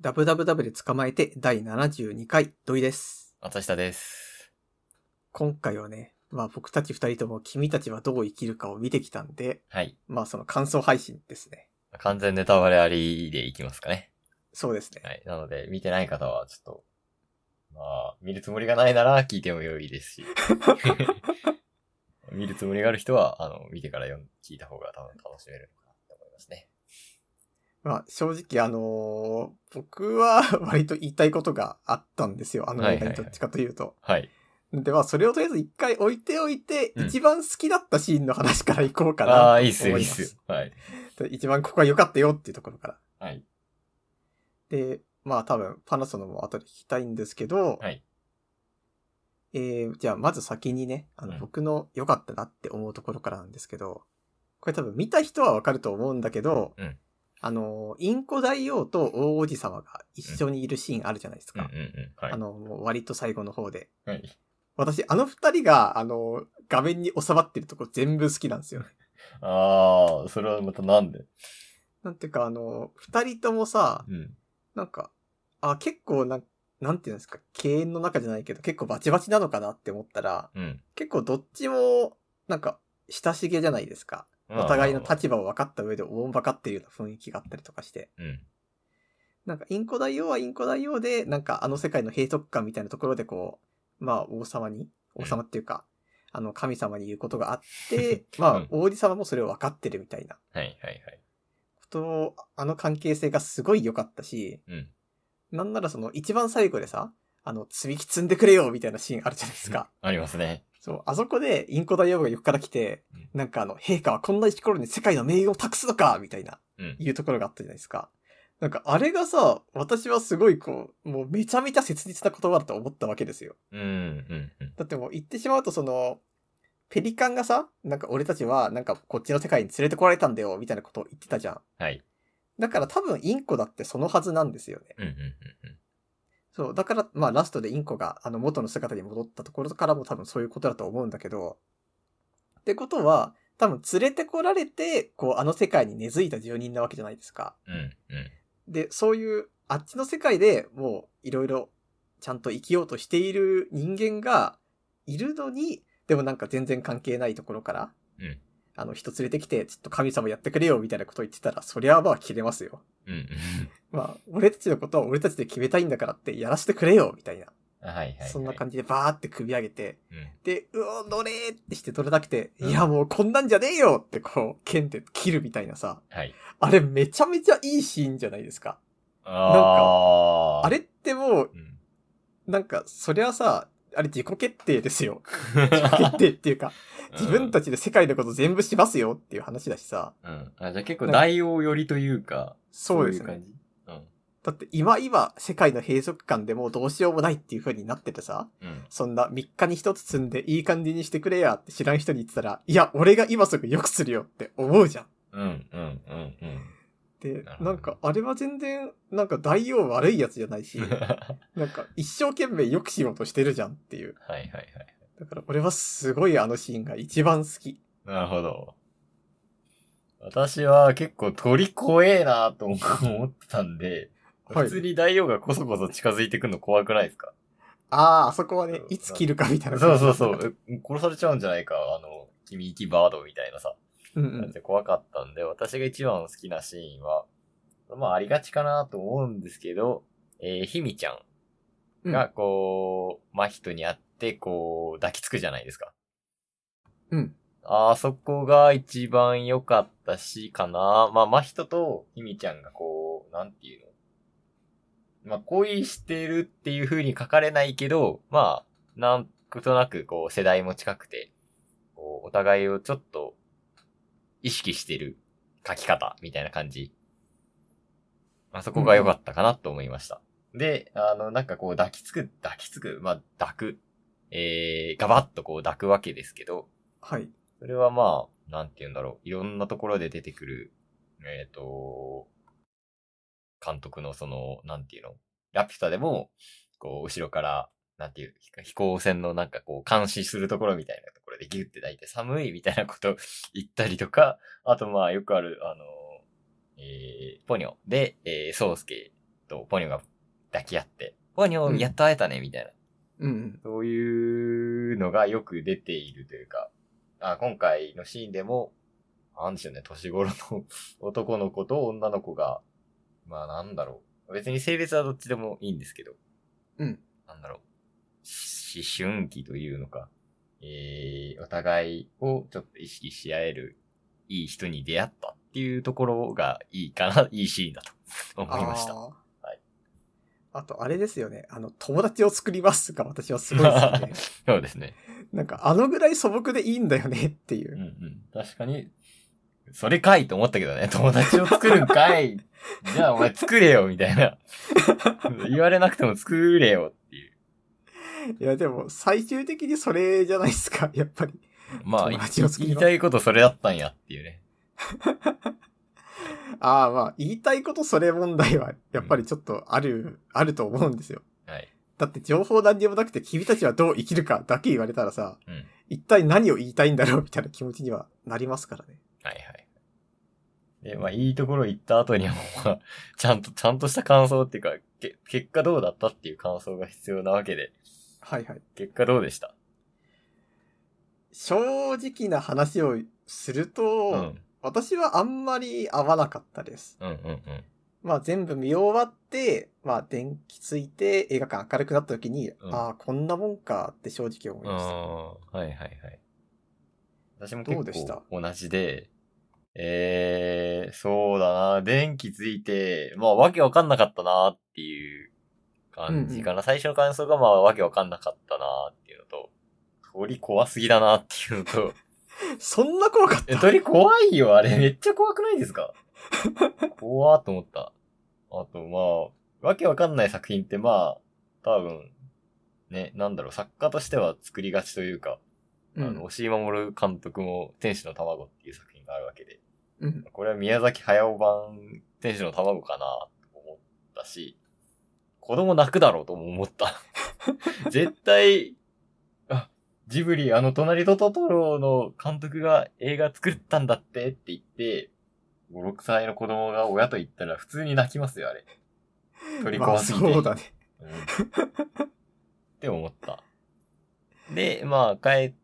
ダブダブダブで捕まえて第72回土井です。松下です。今回はね、まあ僕たち二人とも君たちはどう生きるかを見てきたんで、はい。まあその感想配信ですね。完全ネタバレありでいきますかね。そうですね。はい。なので、見てない方は、ちょっと、まあ、見るつもりがないなら聞いてもよいですし。 見るつもりがある人は、あの、見てから読ん聞いた方が多分楽しめるかなと思いますね。まあ正直あのー僕は 割と言いたいことがあったんですよ。あの映画にどっちかというと。はい。で、まあそれをとりあえず一回置いておいて、うん一番好きだったシーンの話からいこうかなとああ思ー、います。いいっすよ、いいっすよ。はい。で一番ここが良かったよっていうところから。はい。で、まあ多分パナソノも後で聞きたいんですけど、はい。えー、じゃあまず先にね、あうの、ん僕の良かったなって思うところからなんですけど、これ多分見た人はわかると思うんだけど、うんあの、インコ大王と大王子様が一緒にいるシーンあるじゃないですうんうかん。うん。はいあ。の、もう割と最後の方で。はい。私、あの二人が、あの、画面に収まってるとこ全部好きなんですよね。ああ、それはまたなんでなんていうか、あの、二人ともさ、うん。なんか、あ、結構なん、なんていうんですか、敬遠の中じゃないけど、結構バチバチなのかなって思ったら、うん。結構どっちも、なんか、親しげじゃないですか。お互いの立場を分かった上でおおんばかってるような雰囲気があったりとかして。うん。なんか、インコ大王はインコ大王で、なんか、あの世界の閉塞感みたいなところで、こう、まあ、王様に、王様っていうか、あの、神様に言うことがあって、まあ、王子様もそれを分かってるみたいなはいはいはい。ことを、あの関係性がすごい良かったし、うん。なんならその、一番最後でさ、あの、積み木積んでくれよみたいなシーンあるじゃないですか。ありますね。そう、あそこでインコ大王が横から来て、なんかあの、陛下はこんな石ころに世界の命運を託すのかみたいな、うん。いうところがあったじゃないですか。なんかあれがさ、私はすごいこう、もうめちゃめちゃ切実な言葉だと思ったわけですよ。うん。うん。うん。だってもう言ってしまうとその、ペリカンがさ、なんか俺たちはなんかこっちの世界に連れてこられたんだよ、みたいなことを言ってたじゃん。はい。だから多分インコだってそのはずなんですよね。うんうんうんうん。そう、だから、まあ、ラストでインコが、あの、元の姿に戻ったところからも多分そういうことだと思うんだけど、ってことは、多分連れてこられて、こう、あの世界に根付いた住人なわけじゃないですか。うんうん。で、そういう、あっちの世界でもう、いろいろ、ちゃんと生きようとしている人間が、いるのに、でもなんか全然関係ないところから、うんあの、人連れてきて、ちょっと神様やってくれよ、みたいなこと言ってたら、そりゃあまあ、切れますよ。うんうん まあ、俺たちのことは俺たちで決めたいんだからって、やらせてくれよ、みたいな。うん。はいはい、はい。そんな感じでバーって組み上げて、じ。うん。で、うお、乗れーってして取れなくて、うんいやもうこんなんじゃねえよってこう、剣で切るみたいなさ、はい。あれめちゃめちゃいいシーンじゃないですか。あーあれってもう、うん。なんか、そりゃさ、あれ自己決定です よ。自己決定っていうか、自分たちで世界のこと全部しますよっていう話だしさ、うん。うん。あ、じゃあ結構大王寄りというか、そうですい感ね。じ。うん。だって今今、世界の閉塞感でもうどうしようもないっていう風になっててさ、うん。そんな3日に1つ積んでいい感じにしてくれやって知らん人に言ってたら、いや、俺が今すぐ良くするよって思うじゃん。うん。うん。うん。うん。でなる、ほどなんか、あれは全然、なんか大王悪いやつじゃない し、なんか一生懸命良くしようとしてるじゃんっていう。はいはいはい。だから俺はすごいあのシーンが一番好き。なるほど。私は結構鳥怖えなと思ってたんで、はい普通に大王がこそこそ近づいてくるの怖くないですかああ、あそこはね、いつ切るかみたいな。そうそうそ。う。え殺されちゃうんじゃないか、あの、君行きバードみたいなさ。うんうなんん。で怖かったんで、私が一番好きなシーンは、まあありがちかなと思うんですけど、えー、ひみちゃんがこう、真人に会ってこう、抱きつくじゃないですか。うん。あそこが一番良かったし、かな。まあ真人とひみちゃんがこう、なんていうのまあ恋してるっていう風に書かれないけど、まあ、なんとなくこう、世代も近くて、こう、お互いをちょっと、意識してる書き方みたいな感じ。あそこが良かったかなと思いました。で、あの、なんかこう抱きつく、抱きつく、まあ、抱く。えー、ガバッとこう抱くわけですけど、はい。それはまあ、なんて言うんだろう。いろんなところで出てくる、えっ、と、監督のその、なんていうのラピュタでも、こう、後ろから、なんていう、飛行船のなんかこう、監視するところみたいなところでギュって抱いて寒いみたいなことを 言ったりとか、あとまあ、よくある、あの、えー、ポニョで、えー、ソウスケとポニョが抱き合って、ポニョ、やっと会えたね、みたいな。うんうん。そういうのがよく出ているというか、あ今回のシーンでも、なんでしょうね、年頃の男の子と女の子が、まあなんだろう。別に性別はどっちでもいいんですけど。うん。なんだろう。し思春期というのか、えー、お互いをちょっと意識し合える、いい人に出会ったっていうところがいいかな、いいシーンだと思いました。あーはいあと、あれですよね。あの、友達を作りますが私はすごい好きで。そうですね。なんか、あのぐらい素朴でいいんだよねっていうう。んうん。確かに、それかいと思ったけどね、友達を作るんかいじゃあお前作れよみたいな。言われなくても作れよっていう。いや、でも、最終的にそれじゃないですか、や っぱり。まあ、友達を作り言いますたいことそれだったんやっていうね。ああ、まあ、言いたいことそれ問題は、やっぱりちょっとある、あると思うんですよ。はい。だって情報何にもなくて君たちはどう生きるかだけ言われたらさ、うん。はい一体何を言いたいんだろうみたいな気持ちにはなりますからね。はい。で、まあ、いいところ行った後には、 まあ、ちゃんと、ちゃんとした感想っていうか、け結果どうだったっていう感想が必要なわけで、はいはい。結果どうでした正直な話をすると、うん。私はあんまり合わなかったです。うんうんうん。まあ全部見終わって、まあ電気ついて映画館明るくなった時に、うんああ、こんなもんかって正直思いました。ああ、はいはいはい。私もどうで結した構同じで、えー、そうだな、電気ついて、まあわけわかんなかったなっていう感じかな。最初の感想がまあわけわかんなかったなっていうのと、鳥怖すぎだなっていうの と、そんな怖かっえ、た鳥怖いよ、あれ。めっちゃ怖くないですか怖ーと思った。あと、まあ、わけわかんない作品ってまあ、多分、ね、なんだろう、作家としては作りがちというか、うあの、ん。押井守監督も天使の卵っていう作品があるわけで、うん。これは宮崎駿版天使の卵かなと思ったし、子供泣くだろうとも思った。 絶対、あ、ジブリ、あの、隣とトトロの監督が映画作ったんだってって言って、5、6歳の子供が親と言ったら普通に泣きますよ、あ れ。鳥まあ怖すぎて。そうだね。うんって思った。で、まあ、帰っ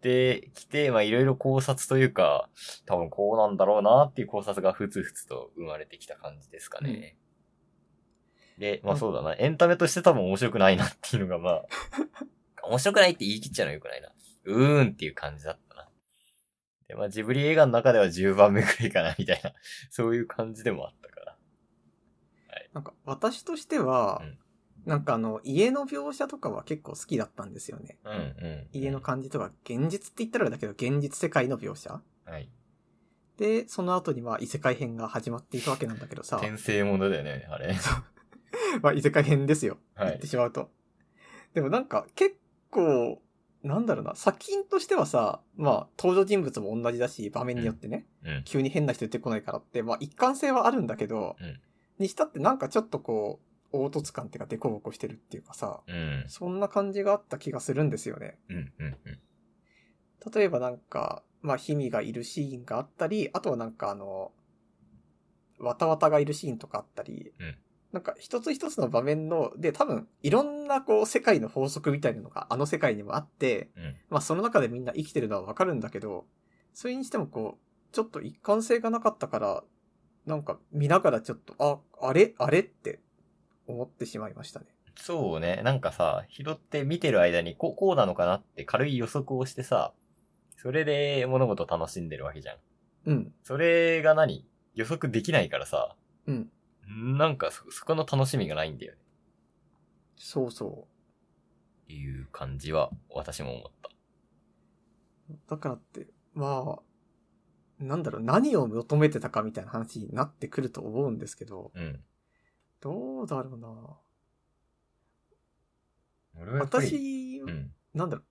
てきて、まあ、いろいろ考察というか、多分こうなんだろうなっていう考察がふつふつと生まれてきた感じですかね。で、まあそうだな。エンタメとして多分面白くないなっていうのが、まあ、 面白くないって言い切っちゃうのよくないな。うーんっていう感じだったな。で、まあジブリ映画の中では10番目くらいかな、みたいな。そういう感じでもあったから。なんか私としては、なんかあの、家の描写とかは結構好きだったんですよね。うんうん。家の感じとか、現実って言ったらあれだけど、現実世界の描写はい。で、その後にまあ異世界編が始まっていくわけなんだけどさ、転生ものだよね、あれ。まあ異世界編ですよ。は言っいて。しまうと。でもなんか結構、なんだろうな、作品としてはさ、まあ登場人物も同じだし、場面によってね、うん。急に変な人出てこないからって、まあ一貫性はあるんだけど、うんにしたってなんかちょっとこう、凹凸感っていうかデコボコしてるっていうかさ、うん。そんな感じがあった気がするんですよね。うん。うん。例えばなんか、まあ、ヒミがいるシーンがあったり、あとはなんかあの、わたわたがいるシーンとかあったり、うんなんか一つ一つの場面の、で、多分、いろんなこう、世界の法則みたいなのがあの世界にもあって、うん。まあ、その中でみんな生きてるのはわかるんだけど、それにしてもこう、ちょっと一貫性がなかったから、なんか見ながらちょっと、あ、あれあれって思ってしまいましたね。そうね。なんかさ、拾って見てる間にこう、こうなのかなって軽い予測をしてさ、それで物事を楽しんでるわけじゃん。うん。それが何予測できないからさ、うん。なんかそ、そこの楽しみがないんだよね。そうそう。っていう感じは、私も思った。だからって、まあ、なんだろう、何を求めてたかみたいな話になってくると思うんですけど、うん。どうだろうな。俺はやっぱり、私、うん。なんだろう、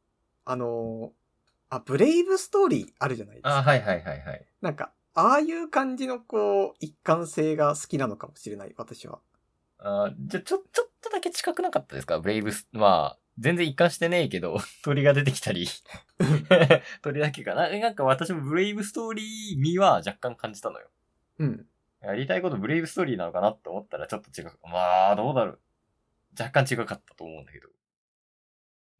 あの、あ、ブレイブストーリーあるじゃないですか。あ、はいはいはいはい。なんか、ああいう感じのこう、一貫性が好きなのかもしれない、私は。あじゃ、ちょ、ちょっとだけ近くなかったですかブレイブス、まあ、全然一貫してねえけど、 鳥が出てきたり。 鳥だけかな。えなんか私もブレイブストーリー味は若干感じたのよ。うん。やりたいことブレイブストーリーなのかなって思ったらちょっと違う。まあ、どうだろう。若干違かったと思うんだけど。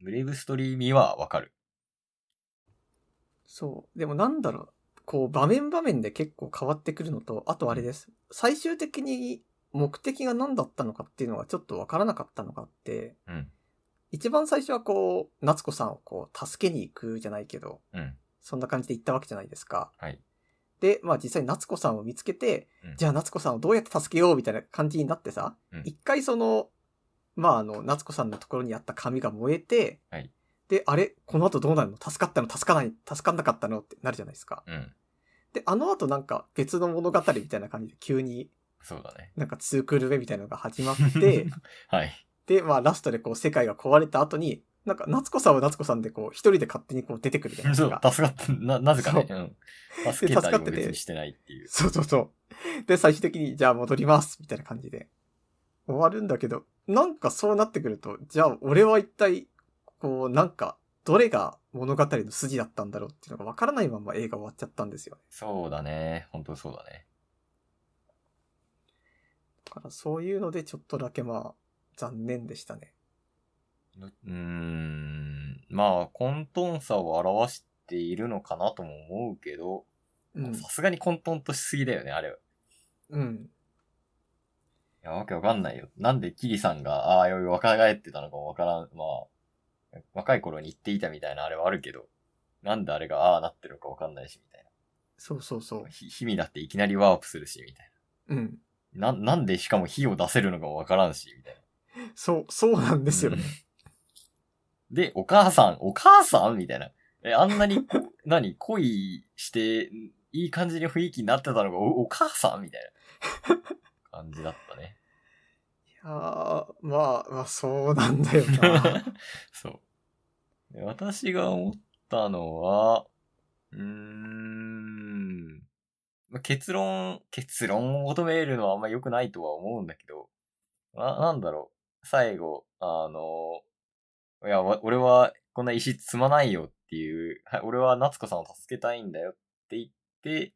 ブレイブストーリー味はわかる。そう。でもなんだろう。こう、場面場面で結構変わってくるのと、あとあれです。最終的に目的が何だったのかっていうのがちょっとわからなかったのがあって、うん。一番最初はこう、夏子さんをこう、助けに行くじゃないけど、うん。そんな感じで行ったわけじゃないですか。はい。で、まあ実際夏子さんを見つけて、うんじゃあ夏子さんをどうやって助けようみたいな感じになってさ、うん一回その、まああの、夏子さんのところにあった紙が燃えて、はいで、あれこの後どうなるの助かったの助かない助かんなかったのってなるじゃないですか。うん。で、あの後なんか別の物語みたいな感じで急にそうだね。なんかツークール目みたいなのが始ま って、はい。 で、まあラストでこう世界が壊れた後に、なんか夏子さんは夏子さんでこう一人で勝手にこう出てくるじゃないですそうか。、助かった、な、なぜかね。うん。助けた 助かりもって別てにしてないっていう。そうそうそう。で、最終的に、じゃあ戻ります、みたいな感じで。終わるんだけど、なんかそうなってくると、じゃあ俺は一体、こう、なんか、どれが物語の筋だったんだろうっていうのがわからないまま映画終わっちゃったんですよね。そうだね。本当そうだね。だからそういうのでちょっとだけまあ、残念でしたね。うーん。まあ、混沌さを表しているのかなとも思うけど、うん。さすがに混沌としすぎだよね、あれは。いうん。や、わけわかんないよ。なんでキリさんが、ああ、よい若返ってたのかもわからん。まあ、若い頃に言っていたみたいなあれはあるけど、なんであれがああなってるのかわかんないし、みたいそうそうそうな。。ひ、ひみだっていきなりワープするし、みたいうん。な。な、なんでしかも火を出せるのかもわからんし、みたいな。そう、そうなんですよね。うん。で、お母さん、お母さんみたいな。え、あ んなに、何、恋して、いい感じに雰囲気になってたのが、お、お母さんみたい な感じだったね。いやーまあ、まあそうなんだよ な。そう。で私が思ったのは、うーん、まあ結論、結論を求めるのはあんま良くないとは思うんだけど、な、なんだろう。最後、あの、いや、わ俺はこんな石積まないよっていう、はい、俺は夏子さんを助けたいんだよって言って、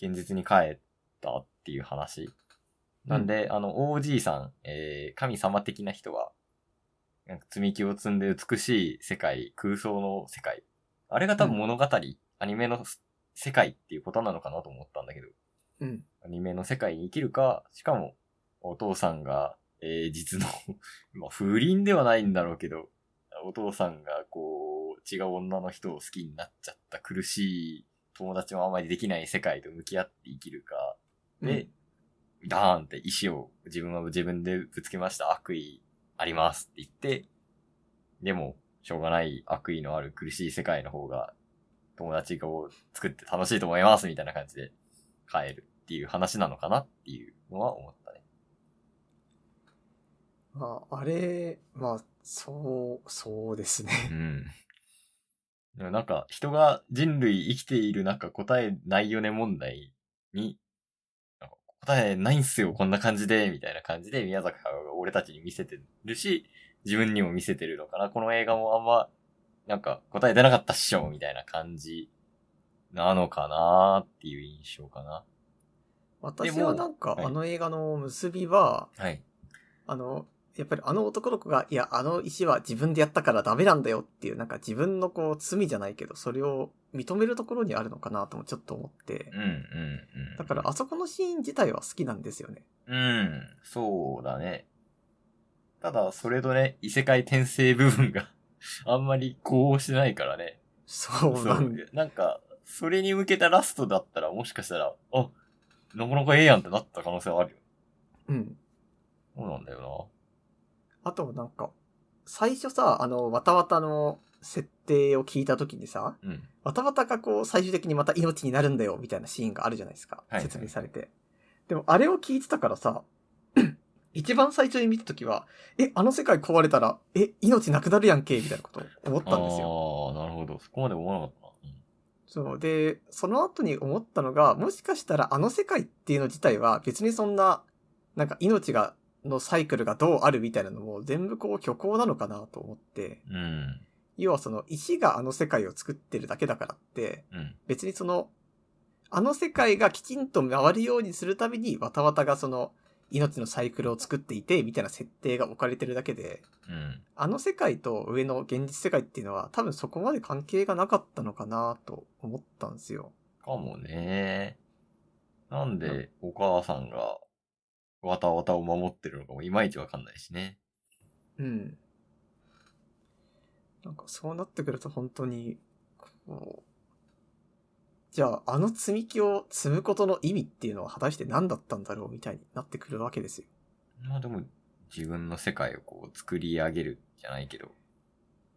現実に帰ったっていう話。なんで、あの、OG さん、えー神様的な人は、なんか積み木を積んで美しい世界、空想の世界。あれが多分物語、アニメのす世界っていうことなのかなと思ったんだけど、うん。アニメの世界に生きるか、しかも、お父さんが、えー実の、 まあ、不倫ではないんだろうけど、お父さんが、こう、違う女の人を好きになっちゃった苦しい友達もあまりできない世界と向き合って生きるか、で、ダーンって石を自分は自分でぶつけました。悪意ありますって言って、でも、しょうがない悪意のある苦しい世界の方が、友達を作って楽しいと思いますみたいな感じで帰るっていう話なのかなっていうのは思ったね。まあ、あれ、まあ、そう、そうですね。うん。でもなんか、人が人類生きているなんか答えないよね問題に、なんか答えないんすよ、こんな感じで、みたいな感じで宮崎駿が俺たちに見せてるし、自分にも見せてるのかな。この映画もあんま、なんか答え出なかったっしょ、みたいな感じなのかなっていう印象かな。私はなんか、はいあの映画の結びは、はい。あの、やっぱりあの男の子が、いや、あの石は自分でやったからダメなんだよっていう、なんか自分のこう、罪じゃないけど、それを認めるところにあるのかなともちょっと思ってうん、、うん、うん。だからあそこのシーン自体は好きなんですよね。うん、そうだね。ただ、それとね、異世界転生部分が、 あんまり呼応してないからね。そうなんで。そうなんか、それに向けたラストだったら、もしかしたら、あ、なかなかええやんってなった可能性はあるよ。うん。そうなんだよあとなんか、最初さ、あの、わたわたの設定を聞いた時にさ、な。うん。わたわたがこう最終的にまた命になるんだよみたいなシーンがあるじゃないですか。はい説明されて。でもあれを聞いてたからさ、 一番最初に見たときは、え、あの世界壊れたら、え、命なくなるやんけ、みたいなことを思ったんですよ。ああ、なるほど。そこまで思わなかったな。そう。で、その後に思ったのが、もしかしたらあの世界っていうの自体は別にそんな、なんか命が、のサイクルがどうあるみたいなのも全部こう虚構なのかなと思って、うん。要はその石があの世界を作ってるだけだからって、うん。別にその、あの世界がきちんと回るようにするために、わたわたがその、命のサイクルを作っていて、みたいな設定が置かれてるだけで、うん。あの世界と上の現実世界っていうのは、多分そこまで関係がなかったのかなと思ったんですよ。かもね。なんで、お母さんが、わたわたを守ってるのかもいまいちわかんないしね。うん。なんかそうなってくると本当に、こう、じゃああの積み木を積むことの意味っていうのは果たして何だったんだろうみたいになってくるわけですよ。まあでも、自分の世界をこう作り上げるじゃないけど、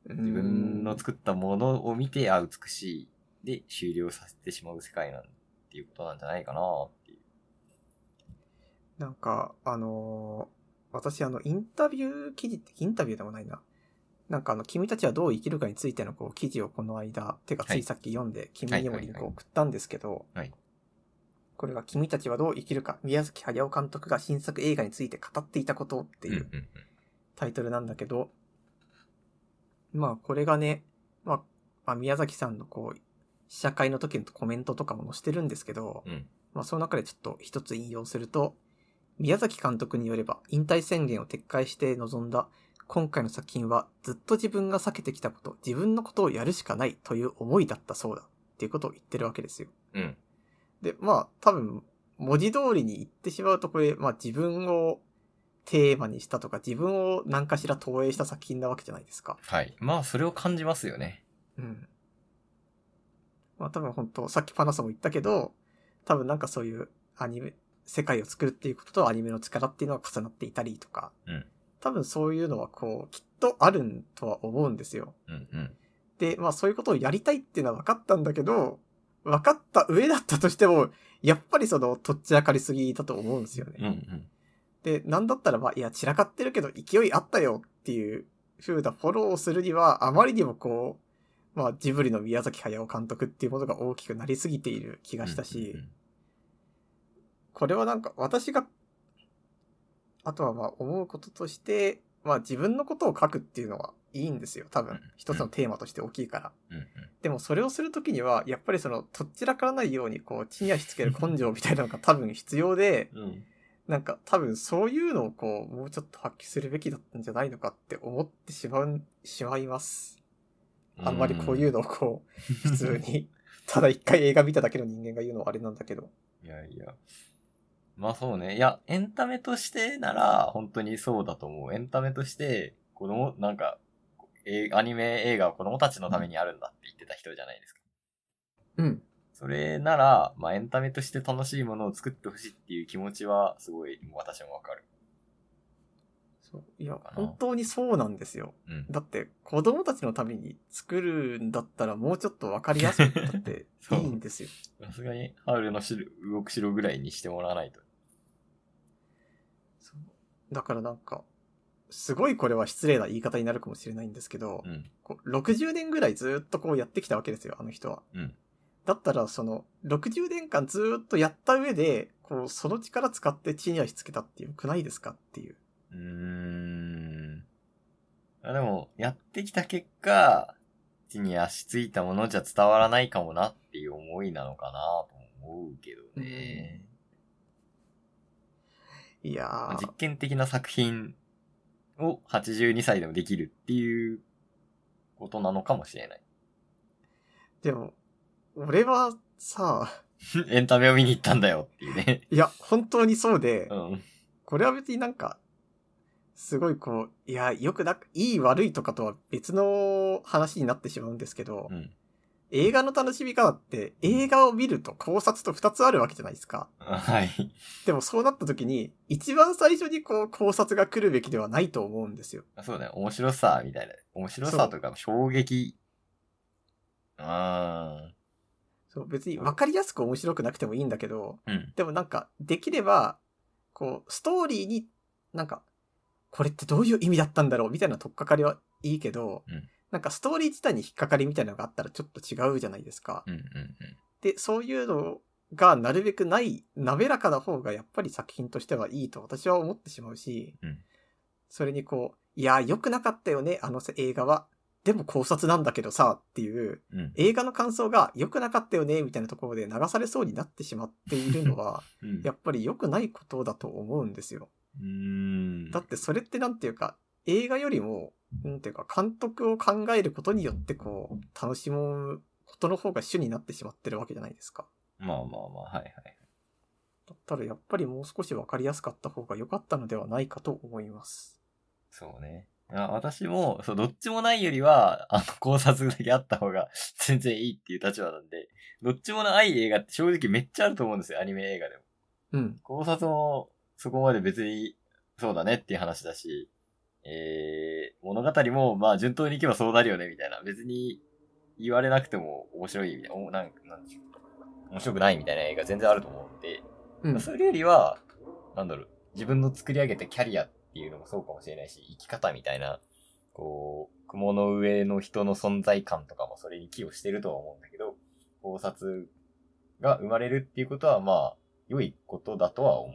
自分の作ったものを見て、あ、美しい。で、終了させてしまう世界なんていうことなんじゃないかなっていう。なんか、あのー私あの、インタビュー記事って、インタビューでもないな。なんかあの、君たちはどう生きるかについてのこう、記事をこの間、てかついさっき読んで、君にもリンクを送ったんですけど、はいこれが君たちはどう生きるか、宮崎駿監督が新作映画について語っていたことっていううんタイトルなんだけど、まあこれがね、まあ、まあ、宮崎さんのこう、試写会の時のコメントとかも載せてるんですけど、うんうん。まあその中でちょっと一つ引用すると、宮崎監督によれば引退宣言を撤回して臨んだ今回の作品はずっと自分が避けてきたこと、自分のことをやるしかないという思いだったそうだっていうことを言ってるわけですよ。うん。うん。で、まあ多分文字通りに言ってしまうとこれ、まあ自分をテーマにしたとか自分を何かしら投影した作品なわけじゃないですか。はい。まあ、それを感じますよね。うん。まあ多分本当さっきパナソも言ったけど、多分なんかそういうアニメ、世界を作るっていうこととアニメの力っていうのが重なっていたりとか、うん多分そういうのはこう、きっとあるんとは思うんですよ。うんうん。で、まあそういうことをやりたいっていうのは分かったんだけど、分かった上だったとしても、やっぱりその、とっちらかりすぎだと思うんですよね。うんうん。で、なんだったらば、いや、散らかってるけど勢いあったよっていう風なフォローをするには、あまりにもこう、まあ、ジブリの宮崎駿監督っていうものが大きくなりすぎている気がしたし、うんうんこれはなんか私が、あとはまあ思うこととして、まあ自分のことを書くっていうのはいいんですよ、多うん分。一つのテーマとして大きいから。うん。うんうんでもそれをするときには、やっぱりその、とっちらからないように、こう、地に足つける根性みたいなのが多分必要で、うん。なんか多分そういうのをこう、もうちょっと発揮するべきだったんじゃないのかって思ってしまう、しまいます。あんまりこういうのをこう、普通に、 ただ一回映画見ただけの人間が言うのはあれなんだけど。いやいや。まあそうね。いや、エンタメとしてなら、本当にそうだと思う。エンタメとして、子供、なんか、えアニメ映画は子供たちのためにあるんだって言ってた人じゃないですか。うん。それなら、まあエンタメとして楽しいものを作ってほしいっていう気持ちは、すごい、私もわかる。そう。いやか、な本当にそうなんですよ。うん。だって、子供たちのために作るんだったらもうちょっとわかりやす くなっていいんですよ。さすがに、ハウルのし動く城ぐらいにしてもらわないと。そうだからなんか、すごいこれは失礼な言い方になるかもしれないんですけど、うん。こう60年ぐらいずっとこうやってきたわけですよ、あの人は。うんだったら、その、60年間ずっとやった上で、こう、その力使って地に足つけたってよくないですかっていう。うーん。あでも、やってきた結果、地に足ついたものじゃ伝わらないかもなっていう思いなのかなと思うけどね。いや実ー、験的な作品を82歳でもできるっていうことなのかもしれない。 でも、俺はさ、エンタメを見に行ったんだよっていう ね。いや、本当にそうでう、ん。これは別になんか、すごいこう、いや、よくなく、いい悪いとかとは別の話になってしまうんですけど、うん。映画の楽しみ方って、映画を見ると考察と二つあるわけじゃないですか。はい。でもそうなった時に、一番最初にこう考察が来るべきではないと思うんですよ。そうだね。面白さみたいな。面白さとか衝撃。うーん。そう別に分かりやすく面白くなくてもいいんだけど、うん。でもなんかできれば、こうストーリーになんか、これってどういう意味だったんだろうみたいな取っかかりはいいけど、うんなんかストーリー自体に引っかかりみたいなのがあったらちょっと違うじゃないですか。うんうんうん。で、そういうのがなるべくない、滑らかな方がやっぱり作品としてはいいと私は思ってしまうし、うんそれにこう、いや、良くなかったよね、あの映画は。でも考察なんだけどさ、っていう、うん。映画の感想が良くなかったよね、みたいなところで流されそうになってしまっているのは、うんやっぱり良くないことだと思うんですよ。うーん。だってそれってなんていうか、映画よりも、なんていうか、監督を考えることによってこう、楽しむことの方が主になってしまってるわけじゃないですか。まあまあまあ、はいはい。だったらやっぱりもう少しわかりやすかった方が良かったのではないかと思います。そうね。あ私も、そう、どっちもないよりは、あの、考察だけあった方が 全然いいっていう立場なんで、どっちもない映画って正直めっちゃあると思うんですよ、アニメ映画でも。うん。考察も、そこまで別に、そうだねっていう話だし、えー、物語も、まあ、順当にいけばそうなるよね、みたいな。別に、言われなくても面白い、みたいな。おなん、なんでしょう。面白くないみたいな映画全然あると思うんで、うまあん。それよりは、なんだろう、自分の作り上げたキャリアっていうのもそうかもしれないし、生き方みたいな、こう、雲の上の人の存在感とかもそれに寄与してるとは思うんだけど、考察が生まれるっていうことは、まあ、良いことだとは思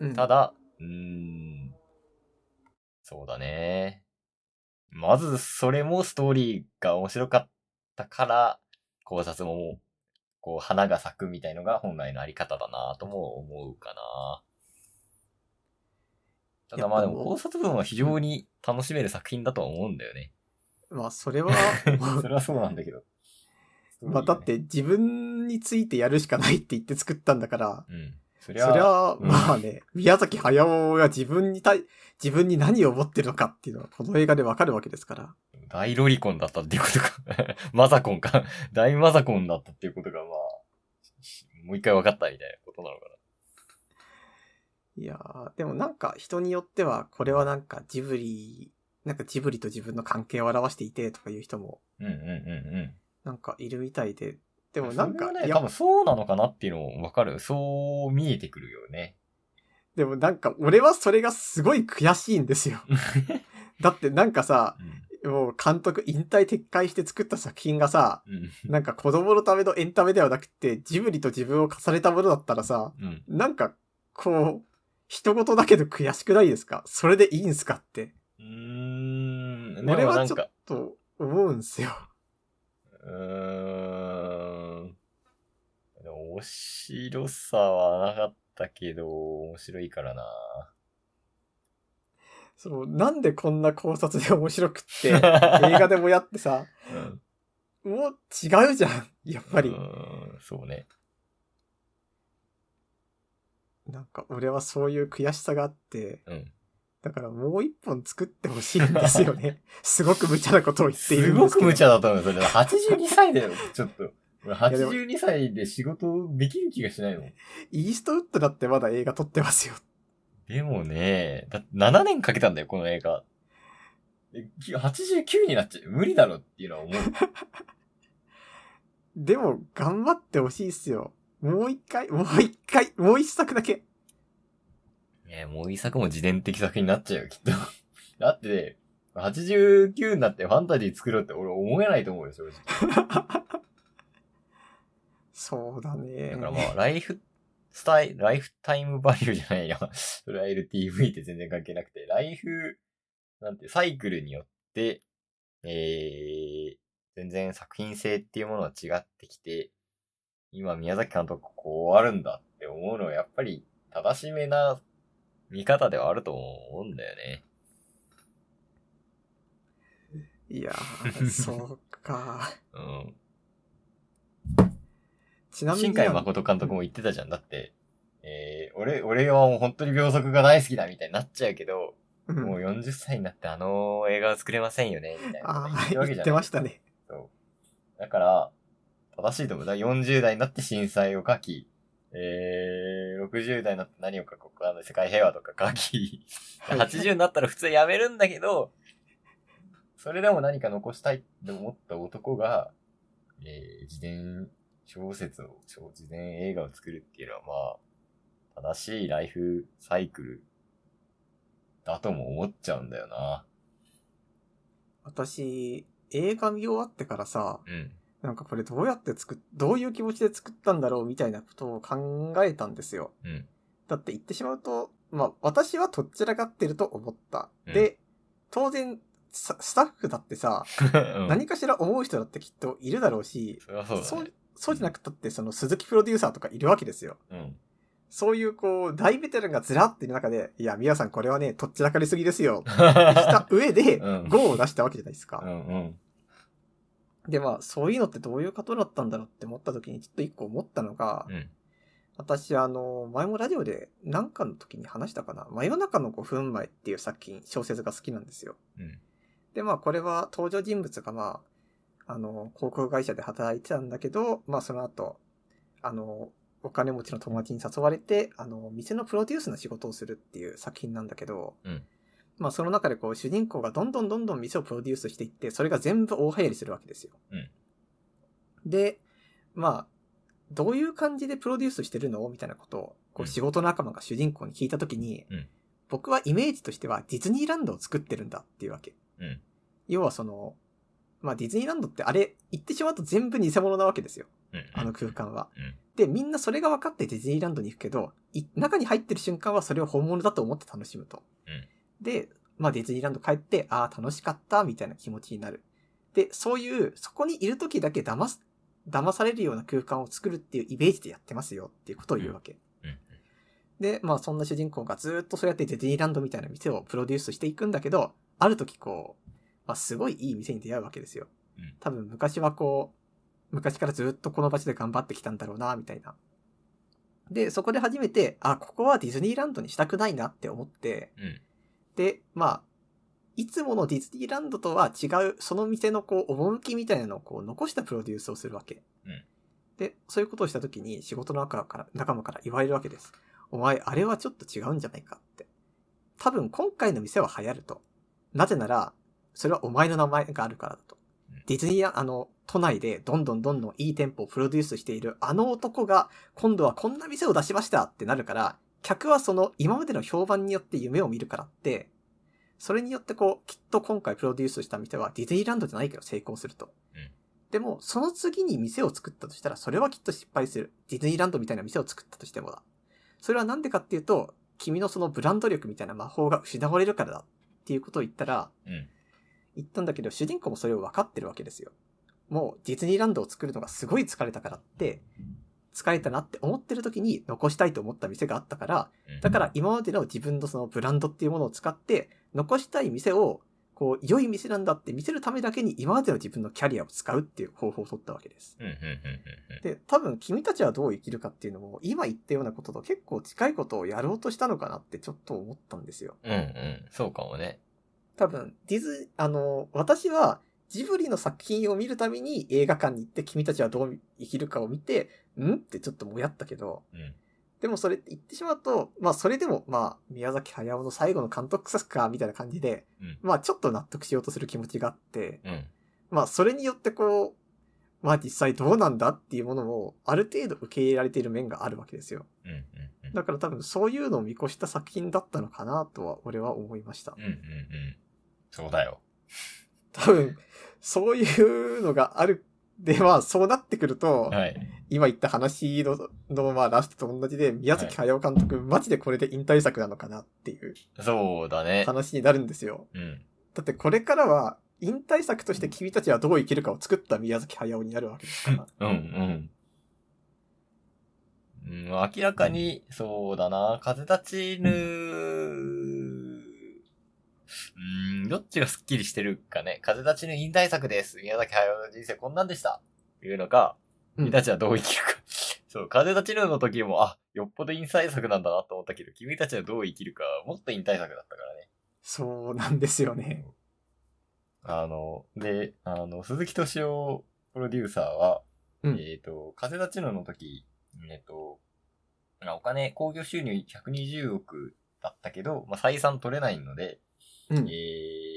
うんう。ただ、うーん、そうだね。まず、それもストーリーが面白かったから、考察ももうこう、花が咲くみたいのが本来のあり方だなとも思うかな。ただまあでやっぱももう考察文は非常に楽しめる作品だとは思うんだよね。まあ、それは、 それはそうなんだけど。まあ、だっ。て自分についてやるしかないって言って作ったんだから、うん。そそりれゃ、は、うんまあね、宮崎駿が自分に対、自分に何を思ってるのかっていうのは、この映画でわかるわけですから。大ロリコンだったっていうことか。 マザコンか。大マザコンだったっていうことがまあ、もう一回分かったみたいなことなのかいやー、でもなんか人によっては、これはなんかジブリ、なんかジブリと自分の関係を表していてとかいう人も、な。うんうんうんうん。なんかいるみたいで、でもなんか、それはね、い多や、分そうなのかなっていうのも分かる。そう見えてくるよね。でもなんか俺はそれがすごい悔しいんですよ。 だってなんかさ、もう監督引退撤回して作った作品がさ、うん。うんなんか子供のためのエンタメではなくて、ジブリと自分を重ねたものだったらさ、うん。なんか、こう、人事だけど悔しくないですかそれでいいんすかって、うーん。で俺もなはんちょっか、と思うんすよ。うーん。でも面白さはなかったけど、面白いからな。そう、なんでこんな考察で面白く って、映画でもやってさ、うん。もう違うじゃん、やっぱりう。ーんそうね。なんか俺はそういう悔しさがあって、うん。だからもう一本作ってほしいんですよ ね。すごく無茶なことを言っているすんでごすけくど。無茶だと思う。それ82歳 だよ、ちょっと。俺でも82歳で仕事できる気がしないもん。イーストウッドだってまだ映画撮ってますよ。でもね、だって7年かけたんだよ、この映画。でき89になっちゃう。無理だろって いうのは思う。でも、頑張ってほしいっすよ。もう一回、もう一回、もう一作だけ。ねもう一作も自伝的作品になっちゃうよ、きっと。だってね、89になってファンタジー作ろうって俺思えないと思うよ、正直。そうだね。だからまあ、ライフスタイ、ライフタイムバリューじゃないや。 それは LTV って全然関係なくて、ライフ、なんて、サイクルによって、えー、全然作品性っていうものは違ってきて、今宮崎監督こうあるんだって思うのはやっぱり正しめな見方ではあると思うんだよね。いやー、そう か。うん。ちなみに。新海誠監督も言ってたじゃん。だって、えー、俺、俺はもう本当に秒速が大好きだみたいになっちゃうけど、うんもう40歳になってあの映画は作れませんよね、みたいなことあ言ってあ、るわ言けじゃない。ってましたね。そう。だから、正しいと思う。だから40代になって震災を書き、えー、60代になって何を書こうか、あの世界平和とか書き、はい80になったら普通やめるんだけど、それでも何か残したいって思った男が、えー、自伝小説を、小自伝映画を作るっていうのは、まあ、正しいライフサイクルだとも思っちゃうんだよな。私、映画見終わってからさ、うん。なんかこれどうやって作っ、どういう気持ちで作ったんだろうみたいなことを考えたんですよ。うん。だって言ってしまうと、まあ私はとっちらかってると思った。で、当然さスタッフだってさ、う ん何かしら思う人だってきっといるだろうし、それはそうだそねう。そうじゃなくたって、その鈴木プロデューサーとかいるわけですよ。うん。そういうこう、大ベテランがずらっている中で、いや、皆さんこれはね、とっちらかりすぎですよ。した上で、うんゴーを出したわけじゃないですか う。んうん。で、まあ、そういうのってどういうことだったんだろうって思った時に、ちょっと一個思ったのが、うん。私、あの、前もラジオで何かの時に話したかな。真夜中の5分前っていう作品、小説が好きなんですよ。うんで、まあ、これは登場人物が、まあ、あの、航空会社で働いてたんだけど、まあ、その後、あの、お金持ちの友達に誘われて、あの、店のプロデュースの仕事をするっていう作品なんだけど、うんまあ、その中でこう、主人公がどんどんどんどん店をプロデュースしていって、それが全部大流行りするわけですよ。うんで、まあ、どういう感じでプロデュースしてるのみたいなことを、こうんう仕事仲間が主人公に聞いたときに、うん僕はイメージとしてはディズニーランドを作ってるんだっていうわけ。うん要はその、まあディズニーランドってあれ、言ってしまうと全部偽物なわけですよ。うん。あの空間は。うんで、みんなそれが分かってディズニーランドに行くけど、い中に入ってる瞬間はそれを本物だと思って楽しむと。うんで、まあディズニーランド帰って、ああ、楽しかった、みたいな気持ちになる。で、そういう、そこにいる時だけ騙す、騙されるような空間を作るっていうイメージでやってますよっていうことを言うわけ。うんうんで、まあそんな主人公がずーっとそうやってディズニーランドみたいな店をプロデュースしていくんだけど、ある時こう、まあすごいいい店に出会うわけですよ。うん多分昔はこう、昔からずーっとこの場所で頑張ってきたんだろうな、みたいな。で、そこで初めて、あ、ここはディズニーランドにしたくないなって思って、うん。で、まあ、いつものディズニーランドとは違う、その店のこう、趣みたいなのをこう、残したプロデュースをするわけ。うんで、そういうことをした時に、仕事の仲から、仲間から言われるわけです。お前、あれはちょっと違うんじゃないかって。多分、今回の店は流行ると。なぜなら、それはお前の名前があるからだとうん。ディズニーラン、あの、都内でどんどんどんどんいい店舗をプロデュースしているあの男が、今度はこんな店を出しましたってなるから、客はその今までの評判によって夢を見るからって、それによってこう、きっと今回プロデュースした店はディズニーランドじゃないけど成功すると。うんでも、その次に店を作ったとしたら、それはきっと失敗する。ディズニーランドみたいな店を作ったとしてもだ。それはなんでかっていうと、君のそのブランド力みたいな魔法が失われるからだっていうことを言ったら、うん。言ったんだけど、主人公もそれを分かってるわけですよ。もうディズニーランドを作るのがすごい疲れたからって、疲れたなって思ってる時に残したいと思った店があったから、うんだから、今までの自分のそのブランドっていうものを使って、残したい店を、こう、良い店なんだって見せるためだけに今までの自分のキャリアを使うっていう方法を取ったわけです。うんうんうんうんうん。で、多分君たちはどう生きるかっていうのも、今言ったようなことと結構近いことをやろうとしたのかなってちょっと思ったんですよ。うんうん。そうかもね。多分、ディズ、あの、私は、ジブリの作品を見るために映画館に行って君たちはどう生きるかを見て、んってちょっともやったけど、うん。でもそれって言ってしまうと、まあそれでも、まあ宮崎駿の最後の監督作か、みたいな感じで、うんまあちょっと納得しようとする気持ちがあって、うん。まあそれによってこう、まあ実際どうなんだっていうものも、ある程度受け入れられている面があるわけですよ。うんうんうん。だから多分そういうのを見越した作品だったのかなとは俺は思いましたうん。うんうん。そうだよ。多分、そういうのがある。で、まあそうなってくると、はい。今言った話の、のまあラストと同じで、宮崎駿監督、マジでこれで引退作なのかなっていう。そうだね。話になるんですよ。うん。だってこれからは、引退作として君たちはどう生きるかを作った宮崎駿になるわけですから。うんうん。うん、明らかに、そうだな、風立ちぬ、うん、どっちがスッキリしてるかね。風立ちぬ引退作です。宮崎駿の人生こんなんでした。っていうのか、うん君たちはどう生きるか。 そう、風立ちぬの時も、あ、よっぽど引退作なんだなと思ったけど、君たちはどう生きるか、もっと引退作だったからね。そうなんですよね。あの、で、あの、鈴木敏夫プロデューサーは、うんえっ、と、風立ちぬの時、えっ、と、まあお金、興行収入120億だったけど、まあ、採算取れないので、うんえ。ー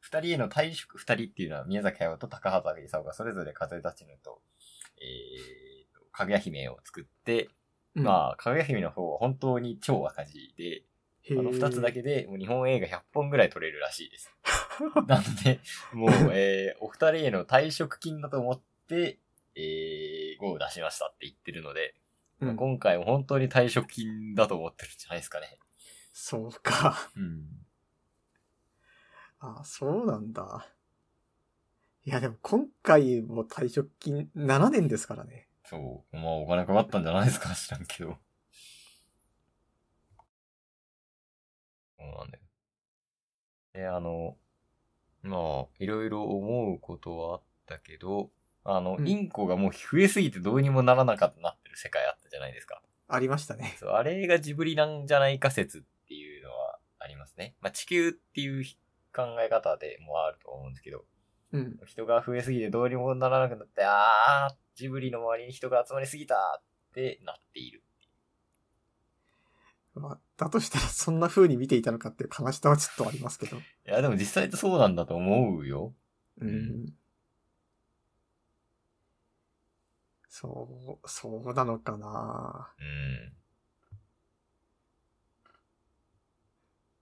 二人への退職、二人っていうのは宮崎駿と高畑勲がそれぞれ風立ちぬと、えーと、かぐや姫を作って、まあ、かぐや姫の方は本当に超赤字で、ああの二つだ。へけで、もう日本映画100本ぐらい撮れるらし いです。なので、もう、えーお二人への退職金だと思って、えー、5を出しましたって言ってるので、ーまあうん今回も本当に退職金だと思ってるんじゃないですかね。そうか。うん。あ、そうなんだ。いや、でも今回も退職金7年ですからね。そう。まあ、お金かかったんじゃないですか知らんけど。そうなんだよ。で、あの、まあ、いろいろ思うことはあったけど、あの、うんインコがもう増えすぎてどうにもならなかったなってる世界あったじゃないですか。ありましたね。そう、あれがジブリなんじゃないか説っていうのはありますね。まあ、地球っていう考え方でもあると思うんですけど、うん。人が増えすぎてどうにもならなくなって、あー、ジブリの周りに人が集まりすぎたってなっている。まあ、だとしたらそんな風に見ていたのかっていう悲しさはちょっとありますけど。いや、でも実際とそうなんだと思うよ。うん。そう、そうなのかなうん。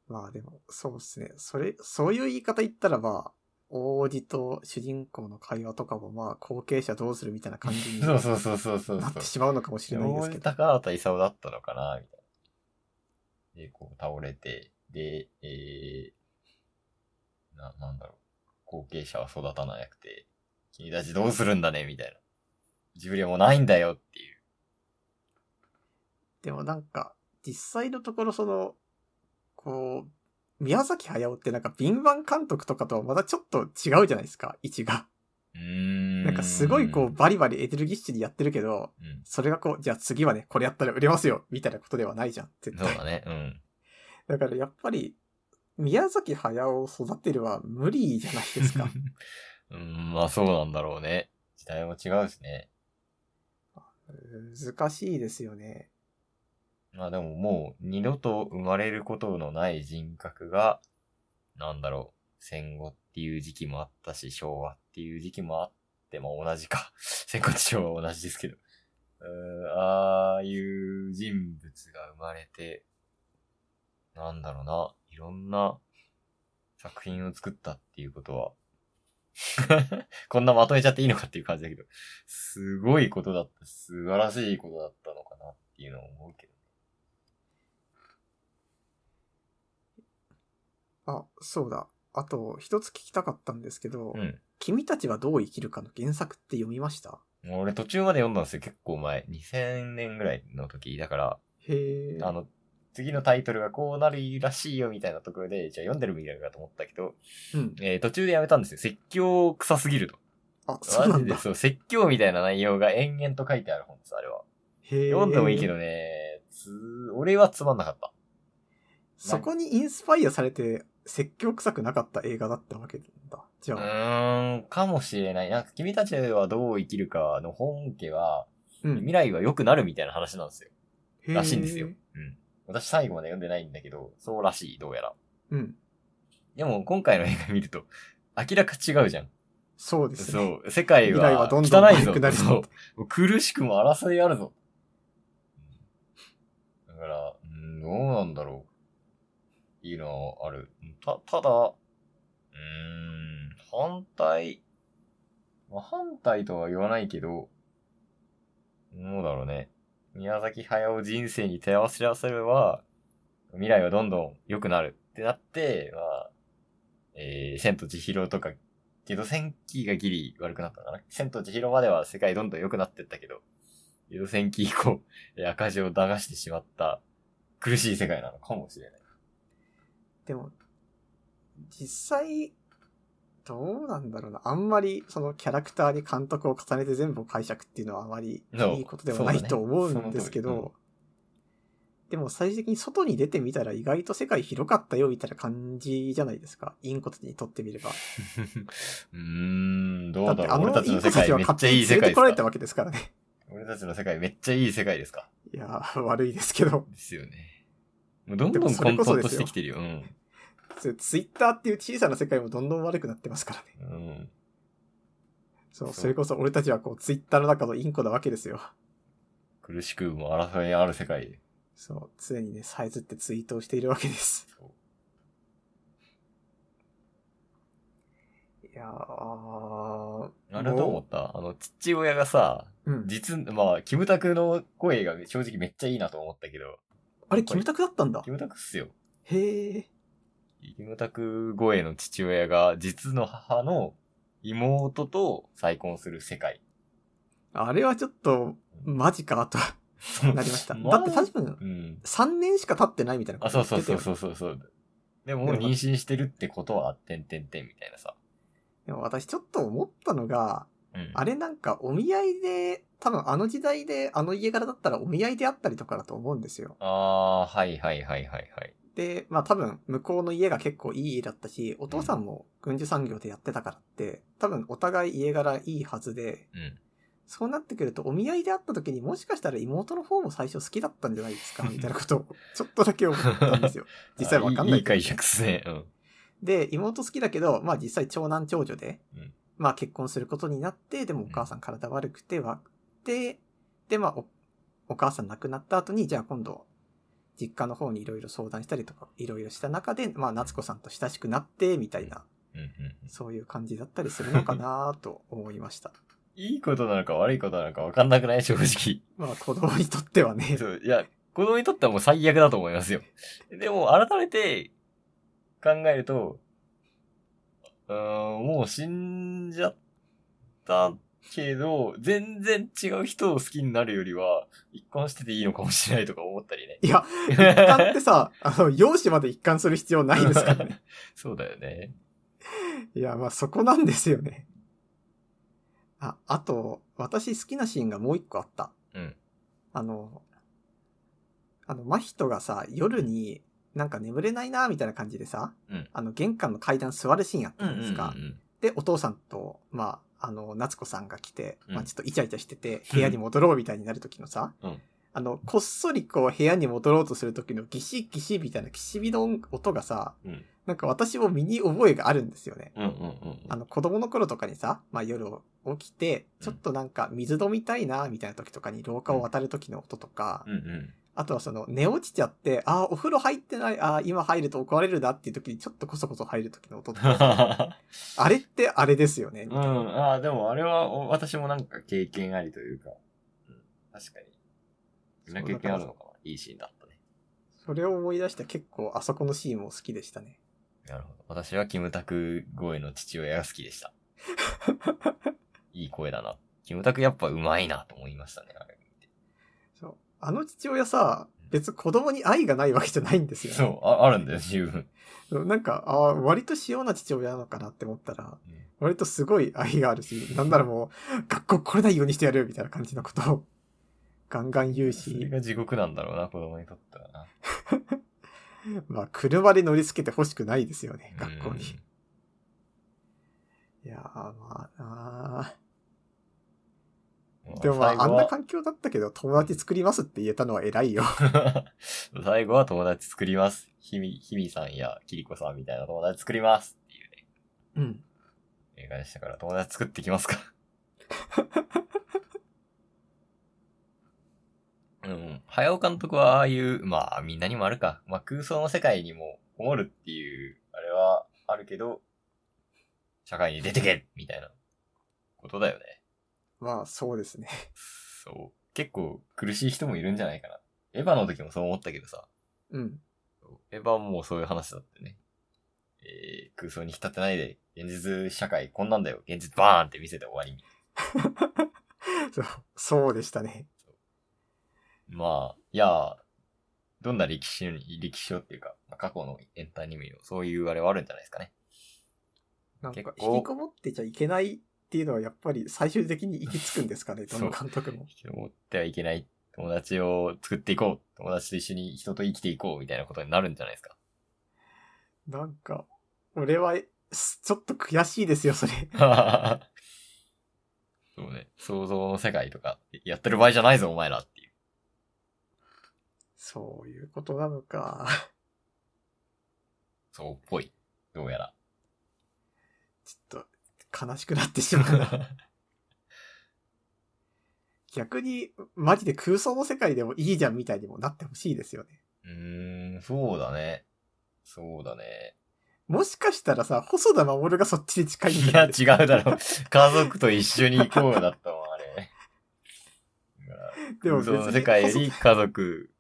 まあでも、そうですね。それ、そういう言い方言ったらまあ、王子と主人公の会話とかもまあ、後継者どうするみたいな感じに そうなそうそうそうそうってそしまうのかもしれう。ないでどすうけでど。高畑勲だったのかなみたいな。で、こう倒れて、で、えー、な、なんだろう。後継者は育たなくて、君たちどうするんだねみたいな。ジブリはもうないんだよっていう。でもなんか、実際のところその、こう、宮崎駿ってなんか敏腕監督とかとはまたちょっと違うじゃないですか、位置が。うーん。なんかすごいこう、バリバリエネルギッシュにやってるけど、う。うん。それがこう、じゃあ次はね、これやったら売れますよ、みたいなことではないじゃん、絶そう対。だね。うん。だからやっぱり、宮崎駿を育てるは無理じゃないですか。 うん、まあそうなんだろうね。時代も違うしね。難しいですよね。まあでももう二度と生まれることのない人格が、なんだろう、戦後っていう時期もあったし、昭和っていう時期もあって、まあ同じか。 戦後と昭和は同じですけど。うーんああいう人物が生まれて、なんだろうな、いろんな作品を作ったっていうことは、 こんなまとめちゃっていいのかっていう感じだけど、すごいことだった、素晴らしいことだったのかなっていうのを思うけど。あ、そうだ。あと、一つ聞きたかったんですけど、うん。君たちはどう生きるかの原作って読みました俺途中まで読んだんですよ。結構前。2000年ぐらいの時。だから、へえ。あの、次のタイトルがこうなるらしいよみたいなところで、じゃあ読んでるみたいなと思ったけど、うん。えー途中でやめたんですよ。説教臭すぎると。あ、そうなんマジでだ。そう、説教みたいな内容が延々と書いてある本です、あれは。へえ。読んでもいいけどね、つ俺はつまんなかった。そこにインスパイアされて、説教臭くなかった映画だったわけだ。じゃうあ、ーん、かもしれない。なんか君たちはどう生きるかの本家は、うん未来は良くなるみたいな話なんですよ。へーらしいんですよ。うん。私最後まで読んでないんだけど、そうらしい、どうやら。うん。でも今回の映画見ると、明らか違うじゃん。そうですね。そう、世界未来ははどんどん汚いぞ。悪くなりそそうう。もう苦しくも争いあるぞ。うんだから、うん、どうなんだろう。いいのはある。た、ただ、うーん、反対。まあ、反対とは言わないけど、どうだろうね。宮崎駿人生に手合わせらせれば、未来はどんどん良くなるってなって、まあ、えー、千と千尋とかけど、戦記がギリ悪くなったのかな千と千尋までは世界どんどん良くなってったけど、江戸戦記以降、えー赤字を流してしまった苦しい世界なのかもし れない。でも、実際、どうなんだろうな。あんまり、そのキャラクターに監督を重ねて全部を解釈っていうのはあまりそういいことではなそうだいねと思うんですけその通りど、でも最終的に外に出てみたら意外と世界広かったよみたいな感じじゃないですか。インコたちにとってみれば。うーん、どだうってだろあう。俺のたちインのコた世ち界はめっ勝ちゃ手いに連い世れて界こらでれすたかわけですからね。俺たちの世界めっちゃいい世界ですかいやー、悪いですけど。ですよね。もうどんどでんもそれ混こそ沌ですよとしてきてるよ。うん。ツイッターっていう小さな世界もどんどん悪くなってますからね。うん。そそうう、それこそ俺たちはこうツイッターの中のインコなわけですよ。苦しくも争いある世界で。そう、常にね、サイズってツイートをしているわけです。そういやー。あれどう思もったあの、父親がさ、ううん。実、まあ、キムタクの声が正直めっちゃいいなと思ったけど、あれ、キムタクだったんだキ。ムタクっすよ。へー。キキムタク声の父親が実の母の妹と再婚する世界。あれはちょっと、マジかとなりま した。まだって多分、うん。 3年しか経ってないみたいなあ、こそとうそうそうう。そうそうそう。でももう妊娠してるってことは、てんてんてんみたいなさ。でも私ちょっと思ったのが、うん。あれなんかお見合いで、多分あの時代であの家柄だったらお見合いであったりとかだと思うんですよ。あー、はいはいはいはいはい。で、まあ多分向こうの家が結構いい家だったし、お父さんも軍需産業でやってたからって、多分お互い家柄いいはずで、うん。。そうなってくるとお見合いで会った時にもしかしたら妹の方も最初好きだったんじゃないですか、みたいなことをちょっとだけ思ったんですよ 実際わかんないいいけど解釈っすね。うん。で、妹好きだけど、まあ実際長男長女で、うんまあ結婚することになって、でもお母さん体悪くて、わで、で、まあお、お母さん亡くなった後に、じゃあ今度、実家の方にいろいろ相談したりとか、いろいろした中で、まあ夏子さんと親しくなって、みたいな、うんうんうん。そういう感じだったりするのかなと思いました。いいことなのか悪いことなのかわかんなくない正直。まあ子供にとってはね、 そう、いや、子供にとってはもう最悪だと思いますよ。でも、改めて考えると、うーん、もう死んじゃったけど、全然違う人を好きになるよりは、一貫してていいのかもしれないとか思ったりね。いや、一貫ってさ、あの、容姿まで一貫する必要ないですからね。 そうだよね。いや、まあそこなんですよね。あ、あと、私好きなシーンがもう一個あった。うん。あの、あの、真人がさ、夜になんか眠れないなみたいな感じでさ、うんあの、玄関の階段座るシーンあったじゃないですか。うんで、お父さんと、まあ、あの、夏子さんが来て、うんまあちょっとイチャイチャしてて、部屋に戻ろうみたいになる時のさ、うんあの、こっそりこう部屋に戻ろうとする時のギシギシみたいなきしびの音がさ、うんなんか私も身に覚えがあるんですよね。うんうんうんあの、子供の頃とかにさ、まあ夜起きて、ちょっとなんか水飲みたいな、みたいな時とかに廊下を渡る時の音とか、うんうん。 あとはその寝落ちちゃって、ああ、お風呂入ってない、ああ、今入ると怒られるなっていう時にちょっとこそこそ入る時の 音とか、あれってあれですよね。うん、ああ、でもあれはお私もなんか経験ありというか、うん、確かに。みんな経験あるのかな。いいシーンだったね。それを思い出した結構あそこのシーンも好きでしたね。なるほど。私はキムタク声の父親が好きで した。いい声だな。キムタクやっぱ上手いなと思いましたね。あれそう。あの父親さ、別に子供に愛がないわけじゃないんですよ、ね。そう、ああるんだよ、十分。そう。なんか、ああ、割と塩な父親なのかなって思ったら、うん割とすごい愛があるし、なんならもう、学校来れないようにしてやるみたいな感じのことを、ガンガン言うそれし、が地獄なんだろうな、子供にとったらな。まあ、車で乗りつけてほしくないですよね、学校に。うんいやー、まあなまーでもま最あ、あん後はな環境だったけど、友達作りますって言えたのは偉いよ。 最後は友達作ります。ひみ、ひみさんやきりこさんみたいな友達作りますっていうね、うん。映画でしたから友達作ってきますか。 うん。早尾監督はああいう、まあみんなにもあるか。まあ空想の世界にもこもるっていう、あれはあるけど、社会に出てけみたいなことだよね。まあ、そうですね。そう。結構苦しい人もいるんじゃないかな。エヴァの時もそう思ったけどさ。うん。エヴァもそういう話だってね。えー、空想に浸ってないで、現実社会こんなんだよ。現実バーンって見せて終わり。そう、そうでしたね。まあ、いやー、どんな歴史に、歴史をっていうか、まあ過去のエンタニメを、そういうあれはあるんじゃないですかね。なんか結、構引きこもってちゃいけないっていうのは、やっぱり最終的に行き着くんですかね、どの監督も。思ってはいけない。友達を作っていこう。友達と一緒に人と生きていこう。みたいなことになるんじゃないですか。なんか、俺は、すちょっと悔しいですよ、それ。 そうね。想像の世界とか、やってる場合じゃないぞ、お前らっていう。そういうことなのか。 そうっぽい。どうやら。 ちょっと、悲しくなってしまう な。逆に、マジで空想の世界でもいいじゃんみたいにもなってほしいですよね。うーん、そうだね。そうだね。もしかしたらさ、細田守がそっちに近いんいじゃなや、い違うだろ。家族と一緒に行こうだったもん、あれ。でも別そのに世界よ細り家族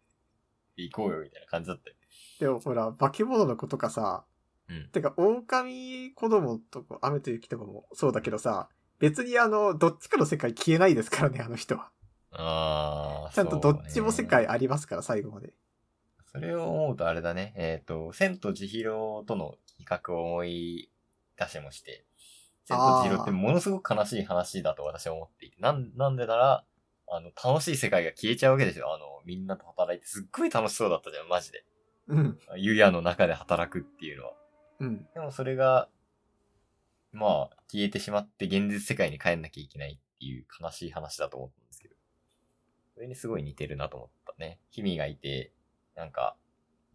行こうよ、みたいな感じだったよ。でもほら、化け物の子とかさ、うんてか、狼子供とか、雨と雪とかもそうだけどさ、別にあの、どっちかの世界消えないですからね、あの人は。ああ。ちゃんとどっちも世そうね界ありますから、最後まで。それを思うとあれだね。えっ、と、千と千尋との比較を思い出してもして、千と千尋ってものすごく悲しい話だと私は思っていて、なん、なんでなら、あの、楽しい世界が消えちゃうわけでしょ。あの、みんなと働いてすっごい楽しそうだったじゃん、マジで。うん。ゆやの中で働くっていうのは。うん。でもそれが、まあ、消えてしまって現実世界に帰んなきゃいけないっていう悲しい話だと思ったんですけど。それにすごい似てるなと思ったね。ヒミがいて、なんか、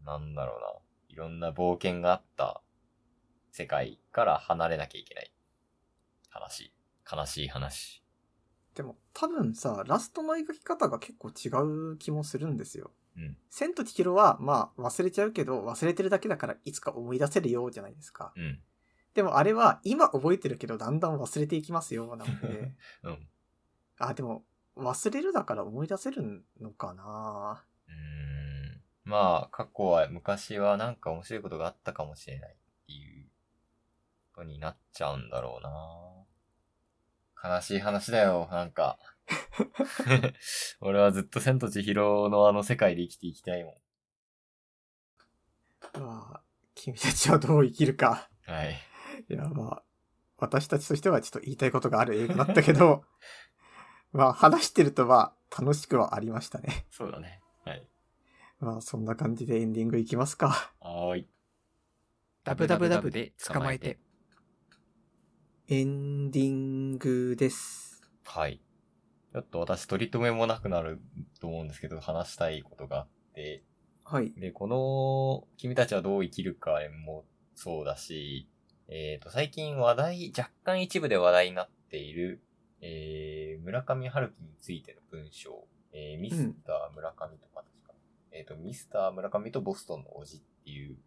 なんだろうな。いろんな冒険があった世界から離れなきゃいけない。話。悲しい話。でも、多分さ、ラストの描き方が結構違う気もするんですよ。うん。千と千尋は、まあ、忘れちゃうけど、忘れてるだけだから、いつか思い出せるよ、じゃないですか。うん。でも、あれは、今覚えてるけど、だんだん忘れていきますよ、なので。 うん。うあ、でも、忘れるだから思い出せるのかなーん。まあ、過去は、昔はなんか面白いことがあったかもしれないっていうことになっちゃうんだろうな。悲しい話だよ、なん か。俺はずっと千と千尋のあの世界で生きていきたいもまあ、君たちはどう生きるか。 ん。はい。いや、まあ、私たちとしてはちょっと言いたいことがある映画だったけ ど、まあ、話してるとまあ、楽しくはありましたね。そうだね。はい。まあ、そんな感じでエンディングいきますか。はーい。ダブダブダブで捕まえて。エンディングです。はい。ちょっと私取り留めもなくなると思うんですけど、話したいことがあって、はい。で、この、君たちはどう生きるかもそうだし、えっ、と、最近話題、若干一部で話題になっている、えー、村上春樹についての文章、えー、ミスター村上とかですか、えっ、と、ミスター村上とボストンのおじっていう、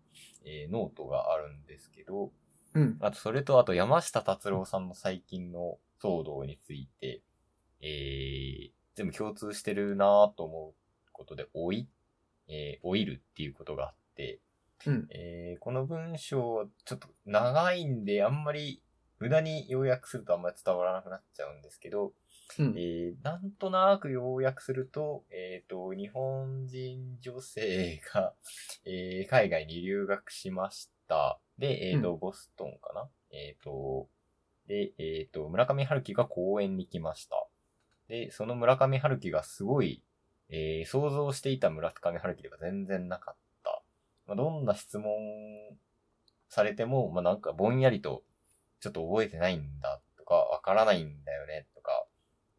えーノートがあるんですけど、うん。あと、それと、あと、山下達郎さんの最近の騒動について、えー、全部共通してるなぁと思うことで、老い、えー、老いるっていうことがあって、うん。えー、この文章はちょっと長いんで、あんまり無駄に要約するとあんまり伝わらなくなっちゃうんですけど、うん。えー、なんとなく要約すると、えっ、と、日本人女性が、 えー海外に留学しました。で、えっ、と、ボストンかなえっ、と、で、えっ、と、村上春樹が公演に来ました。で、その村上春樹がすごい、えー想像していた村上春樹では全然なかった。まあ、どんな質問されても、まあ、なんかぼんやりと、ちょっと覚えてないんだとか、わからないんだよねとか、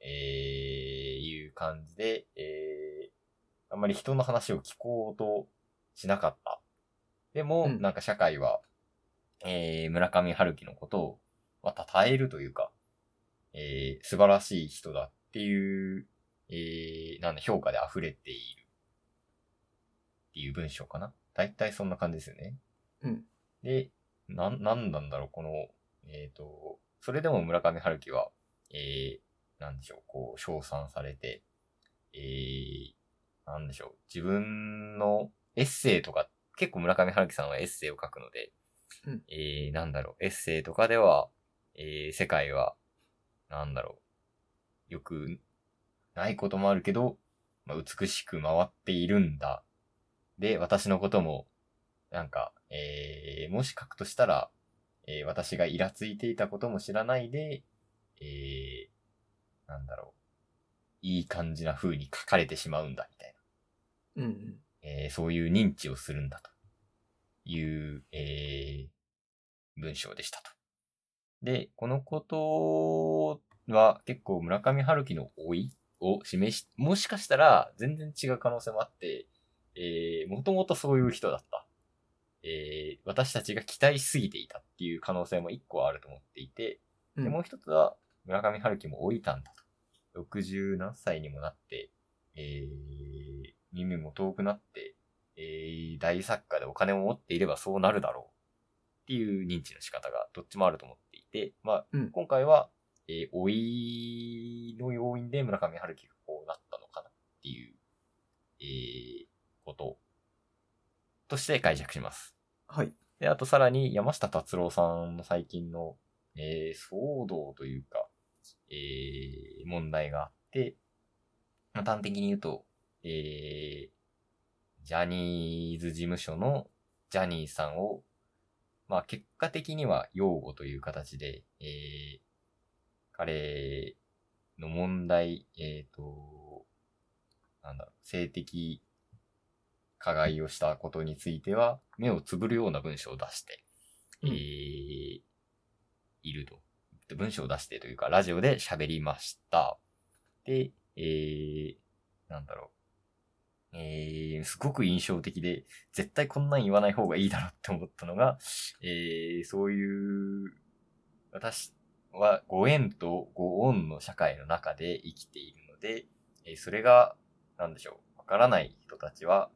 えー、いう感じで、えー、あんまり人の話を聞こうとしなかった。でも、うんなんか社会は、えー、村上春樹のことを、まあ、称えるというか、えー、素晴らしい人だっていう、えー、なんだ、評価で溢れている。っていう文章かな。だいたいそんな感じですよね。うん。で、なん、なんなんだろう、この、えっ、と、それでも村上春樹は、えー、なんでしょう、こう、称賛されて、えー、なんでしょう、自分のエッセイとか、結構村上春樹さんはエッセイを書くので、うんえー、なんだろう、エッセイとかでは、えー、世界は、なんだろう、よくないこともあるけど、まあ、美しく回っているんだ。で、私のことも、なんか、えー、もし書くとしたら、えー私がイラついていたことも知らないで、えー、なんだろう、いい感じな風に書かれてしまうんだ、みたいうんうん。な。えーそういう認知をするんだ、という、えー、文章でしたと。で、このことは結構村上春樹の老いを示し、もしかしたら全然違う可能性もあって、えー、もともとそういう人だった。えー、私たちが期待しすぎていたっていう可能性も一個あると思っていて、うんでもう一つは村上春樹も老いたんだと。60何歳にもなって、えー、耳も遠くなって、えー、大作家でお金を持っていればそうなるだろう。っていう認知の仕方がどっちもあると思っていて、まあ、うん今回は、えー、老いの要因で村上春樹がこうなったのかなっていう、えー、こととして解釈します。はい。で、あとさらに山下達郎さんの最近の、えー騒動というか、えー問題があって、まあ、端的に言うと、えージャニーズ事務所のジャニーさんを、まあ、結果的には擁護という形で、えー彼の問題、えっ、と、なんだろう、性的加害をしたことについては、目をつぶるような文章を出して、うんえーいると。文章を出してというか、ラジオで喋りました。で、えー、なんだろう。えー、すごく印象的で、絶対こんなん言わない方がいいだろうって思ったのが、えー、そういう、私はご縁とご恩の社会の中で生きているので、えーそれが、なんでしょう、わからない人たちは、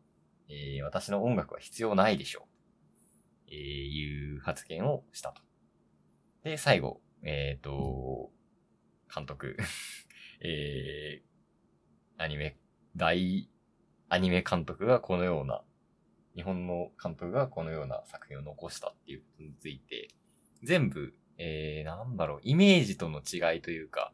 えー私の音楽は必要ないでしょう、えーいう発言をしたと。で、最後、えっ、と、監督、 えーアニメ、大アニメ監督がこのような、日本の監督がこのような作品を残したっていうことについて、全部、えー、なんだろう、イメージとの違いというか、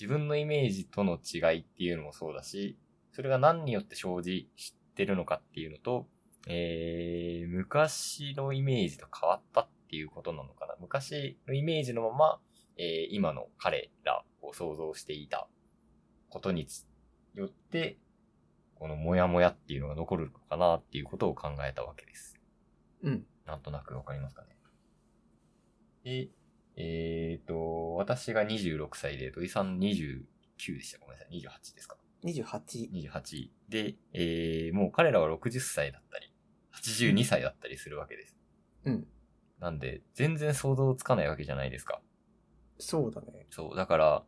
自分のイメージとの違いっていうのもそうだし、それが何によって生じしてるのかっていうのと、えー、昔のイメージと変わったっていうことなのかな。昔のイメージのまま、えー今の彼らを想像していたことにつよって、このモヤモヤっていうのが残るのかなっていうことを考えたわけです。うん。なんとなくわかりますかね。で、えっ、と、私が26歳で、土井さん29でした。ごめんなさい。28ですか。 28。 28。で、えー、もう彼らは60歳だったり、82歳だったりするわけです。うん。なんで、全然想像つかないわけじゃないですか。そうだね。そう、だから、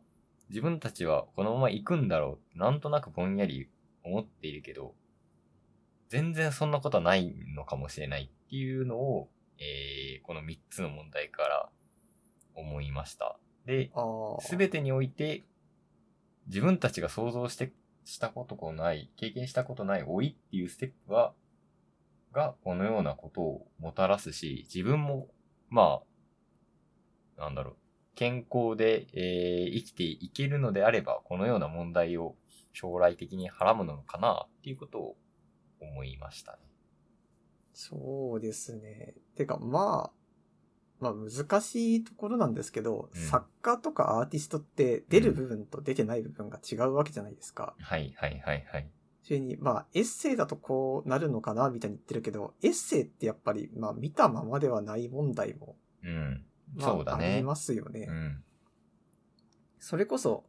自分たちはこのまま行くんだろうってなんとなくぼんやり思っているけど、全然そんなことはないのかもしれないっていうのを、えー、この3つの問題から思いました。で、ああ。すべてにおいて、自分たちが想像して、したことのない、経験したことない老いっていうステップは、が、このようなことをもたらすし、自分も、まあ、なんだろう、健康で、えー生きていけるのであれば、このような問題を将来的にはらむのかな、っていうことを思いましたね。そうですね。てか、まあ、まあ難しいところなんですけど、うん作家とかアーティストって出る部分と出てない部分が違うわけじゃないですか。はい、はい、はい、はい。それに、まあエッセイだとこうなるのかなみたいに言ってるけど、エッセイってやっぱり、まあ見たままではない問題も、うん。まあ、そうだね。ありますよね。うん。それこそ、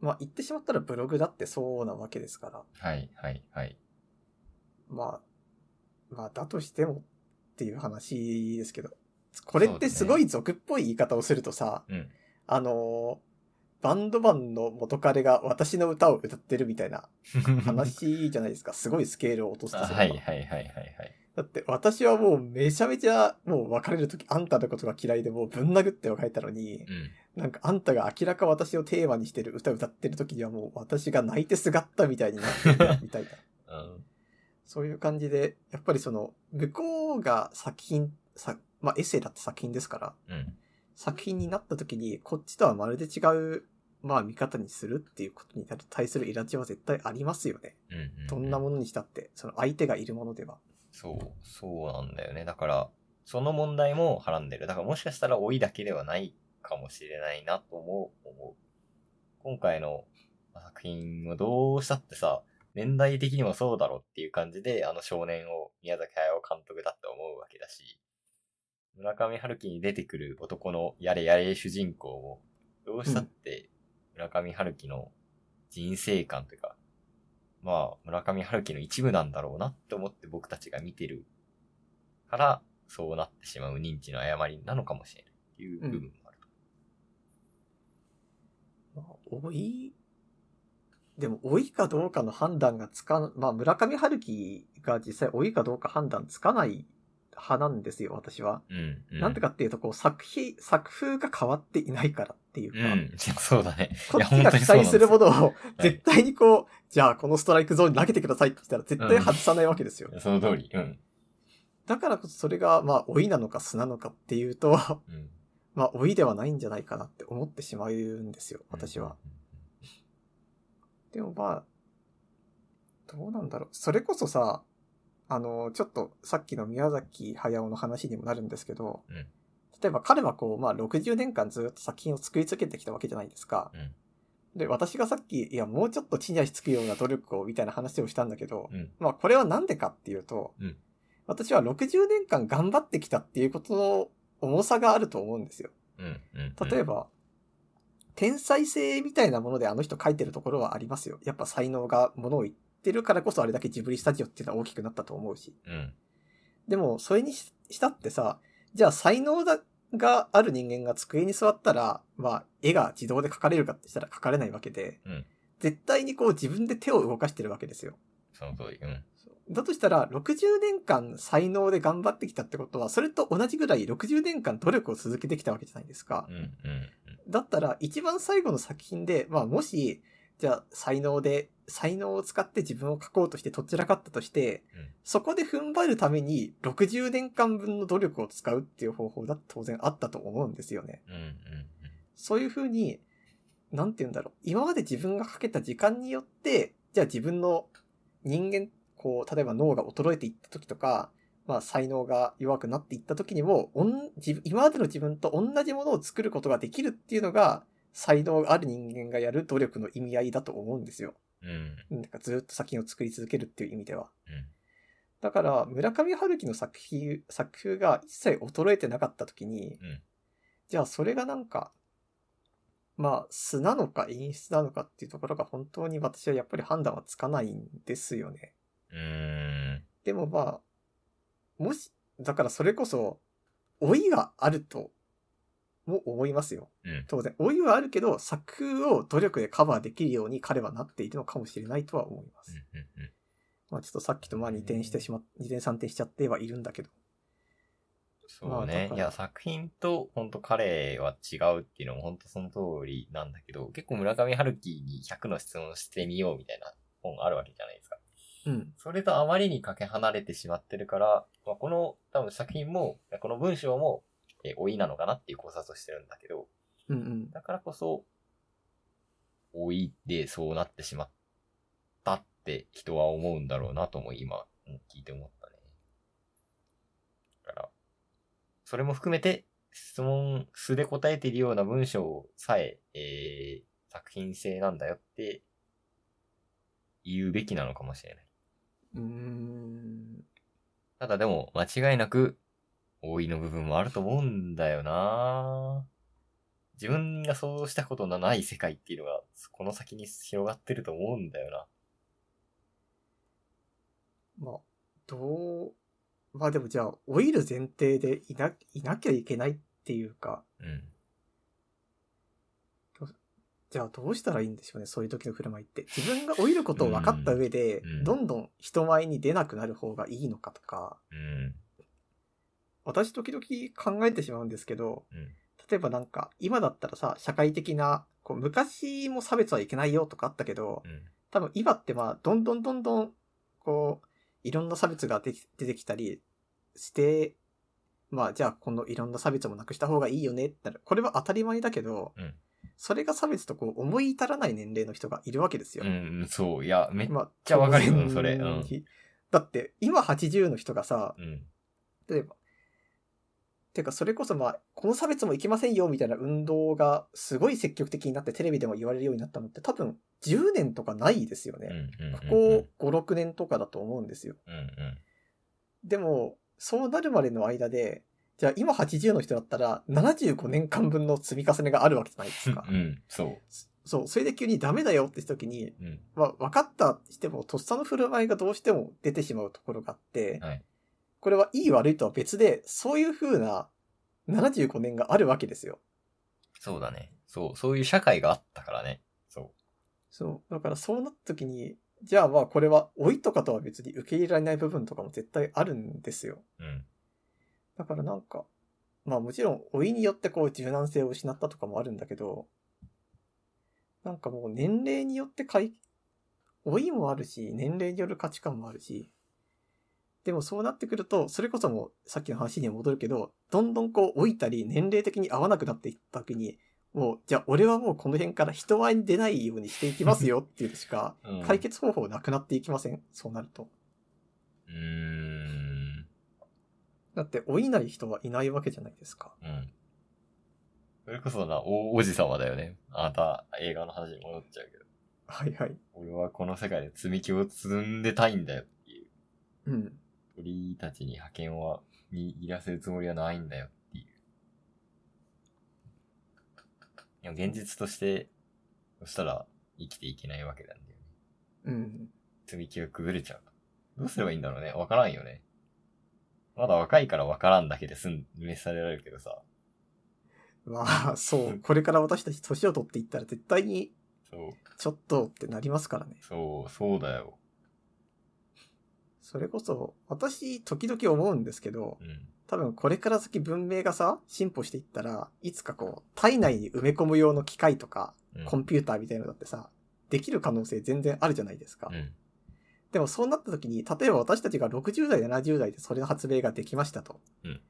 まあ言ってしまったらブログだってそうなわけですから。はい、はい、はい。まあ、まあ、だとしてもっていう話ですけど、これってすごい俗っぽい言い方をするとさ、うん。あのー、バンドマンの元彼が私の歌を歌ってるみたいな話じゃないですか。すごいスケールを落とすとあすればはいはいはいはいはい。だって私はもうめちゃめちゃもう別れる時あんたのことが嫌いでもうぶん殴って別れたのに、うん。なんかあんたが明らか私をテーマにしてる歌歌ってる時にはもう私が泣いてすがったみたいになってるみた いな。うん。そういう感じで、やっぱりその、向こうが作品、さまあ、エッセイだって作品ですから、うん。作品になった時に、こっちとはまるで違う、まあ、見方にするっていうことに対するイラチは絶対ありますよね。うんうん。どんなのものにしたって、その相手がいるものでは。そう、そうなんだよね。だから、その問題もはらんでる。だからもしかしたら老いだけではないかもしれないなとも思う。今回の作品もどうしたってさ、年代的にもそうだろうっていう感じで、あの少年を宮崎駿監督だって思うわけだし、村上春樹に出てくる男のやれやれ主人公も、どうしたって村上春樹の人生観というか、まあ、村上春樹の一部なんだろうなって思って僕たちが見てるから、そうなってしまう認知の誤りなのかもしれないっていう部分もあると。まあ、多い、でも、多いかどうかの判断がつかん、まあ、村上春樹が実際多いかどうか判断つかない派なんですよ、私は。うん。うなんてかっていうと、こう、作品、作風が変わっていないからっていううか、ん。 そうだね。こいやっちが期待するもの。をい 絶対にこう、じゃあこのストライクゾーンに投げてくださいって言ったら絶対外さないわけですよ。本当にそうなんですよその通り。うん。だからこそそれが、まあ、老いなのか素なのかっていうと、 うん。まあ、老いではないんじゃないかなって思ってしまうんですよ、私は。でもまあ、どうなんだろう。それこそさ、あの、ちょっとさっきの宮崎駿の話にもなるんですけど、うん例えば彼はこう、まあ60年間ずっと作品を作り続けてきたわけじゃないですか。うんで、私がさっき、いや、もうちょっと地に足つくような努力を、みたいな話をしたんだけど、うんまあこれはなんでかっていうと、うん私は60年間頑張ってきたっていうことの重さがあると思うんですよ。うん。うん。うん。うん例え、ば、天才性みたいなものであの人書いてるところはありますよ。やっぱ才能がものを言ってるからこそあれだけジブリスタジオっていうのは大きくなったと思うし。うん。でも、それにししたってさ、じゃあ才能だがある人間が机に座ったら、まあ、絵が自動で描かれるかってしたら描かれないわけで、うん絶対にこう自分で手を動かしてるわけですよ。その通り。うん。だとしたら、60年間才能で頑張ってきたってことは、それと同じぐらい60年間努力を続けてきたわけじゃないですか。うん。うん。だったら、一番最後の作品で、まあもし、じゃあ才能で、才能を使って自分を書こうとしてとっちらかったとして、うんそこで踏ん張るために60年間分の努力を使うっていう方法だって当然あったと思うんですよね。うん。うん。うん。そういう風に、なんて言うんだろう。今まで自分がかけた時間によって、じゃあ自分の人間、こう、例えば脳が衰えていった時とか、まあ才能が弱くなっていった時にも、おん自分今までの自分と同じものを作ることができるっていうのが、才能がある人間がやる努力の意味合いだと思うんですよ。うなん。んかずっと作品を作り続けるっていう意味では。うんだから、村上春樹の作品、作風が一切衰えてなかった時に、うんじゃあそれがなんか、まあ、素なのか演出なのかっていうところが本当に私はやっぱり判断はつかないんですよね。うーん。でもまあ、もし、だからそれこそ、老いがあると、も思いますよ。うん当然、老いはあるけど、作風を努力でカバーできるように彼はなっているのかもしれないとは思います。うんうんうんまあちょっとさっきとまあ2点してしまっ、2点3点しちゃってはいるんだけど。そうまあだねか。らいや、作品と、本当彼は違うっていうのも本当その通りなんだけど、結構村上春樹に100の質問してみようみたいな本あるわけじゃないですか。うん。それとあまりにかけ離れてしまってるから、まあ、この多分作品も、この文章も、えー老いなのかなっていう考察をしてるんだけど、うんうん。だからこそ、老いでそうなってしまったって人は思うんだろうなとも今、うん聞いて思ったね。だから、それも含めて質問素で答えているような文章さええー作品性なんだよって言うべきなのかもしれない。うーん。ただでも、間違いなく、老いの部分もあると思うんだよな自分が想像したことのない世界っていうのが、この先に広がってると思うんだよな。まあ、どう、まあでもじゃあ、老いる前提でいな、いなきゃいけないっていうか、うん。じゃあどうしたらいいんでしょうね、そういう時の振る舞いって。自分が老いることを分かった上で、うんうんどんどん人前に出なくなる方がいいのかとか、うん。私時々考えてしまうんですけど、うん例えばなんか、今だったらさ、社会的な、こう昔も差別はいけないよとかあったけど、うん。多分今ってまあ、どんどんどんどん、こう、いろんな差別ができ出てきたりして、まあじゃあこのいろんな差別もなくした方がいいよねってなる。これは当たり前だけど、うんそれが差別とこう思い至らない年齢の人がいるわけですよ。うん、そう。いや、めっまあ、ちゃわかるよ当然それうんだって今80の人がさ、うん。例えば、ていうかそれこそまあ、この差別もいきませんよみたいな運動がすごい積極的になってテレビでも言われるようになったのって多分10年とかないですよね。うん。うん。ここ5、6年とかだと思うんですよ。うん。うん。でも、そうなるまでの間で、じゃあ今80の人だったら75年間分の積み重ねがあるわけじゃないですかう。ん。そそう、それで急にダメだよって時に、う。うん。まあ分かったとしても、とっさの振る舞いがどうしても出てしまうところがあって、はいこれはいい悪いとは別で、そういう風な75年があるわけですよ。そうだね。そう。そういう社会があったからね。そそう。だからそうなった時に、じゃあまあこれは老いとかとは別に受け入れられない部分とかも絶対あるんですよ。う。うん。、だからなんか、まあもちろん老いによってこう柔軟性を失ったとかもあるんだけど、なんかもう年齢によってかい、老いもあるし、年齢による価値観もあるし、でもそうなってくると、それこそもうさっきの話に戻るけど、どんどんこう老いたり年齢的に合わなくなっていった時に、もう、じゃあ俺はもうこの辺から人前に出ないようにしていきますよっていうのし かうん解決方法なくなっていきませんそうなると。うーん。だって老いない人はいないわけじゃないですか。うん。それこそな、お、おじさまだよね。あなた、映画の話に戻っちゃうけど。はいはい。俺はこの世界で積み木を積んでたいんだよっていう。うん。鳥たちに派遣は、握らせるつもりはないんだよっていう。でも現実として、そしたら生きていけないわけなんだよね。うん。積み木が崩れちゃうと。どうすればいいんだろうねわからんよね。まだ若いからわからんだけで済ん、召されられるけどさ。まあ、そう。これから私たち年を取っていったら絶対に、そう、ちょっとってなりますからね。そう、そうだよ。それこそ、私、時々思うんですけど、うん。多分これから先文明がさ、進歩していったら、いつかこう、体内に埋め込む用の機械とか、うんコンピューターみたいなのだってさ、できる可能性全然あるじゃないですか。うん。でもそうなった時に、例えば私たちが60代、70代でそれの発明ができましたと。うん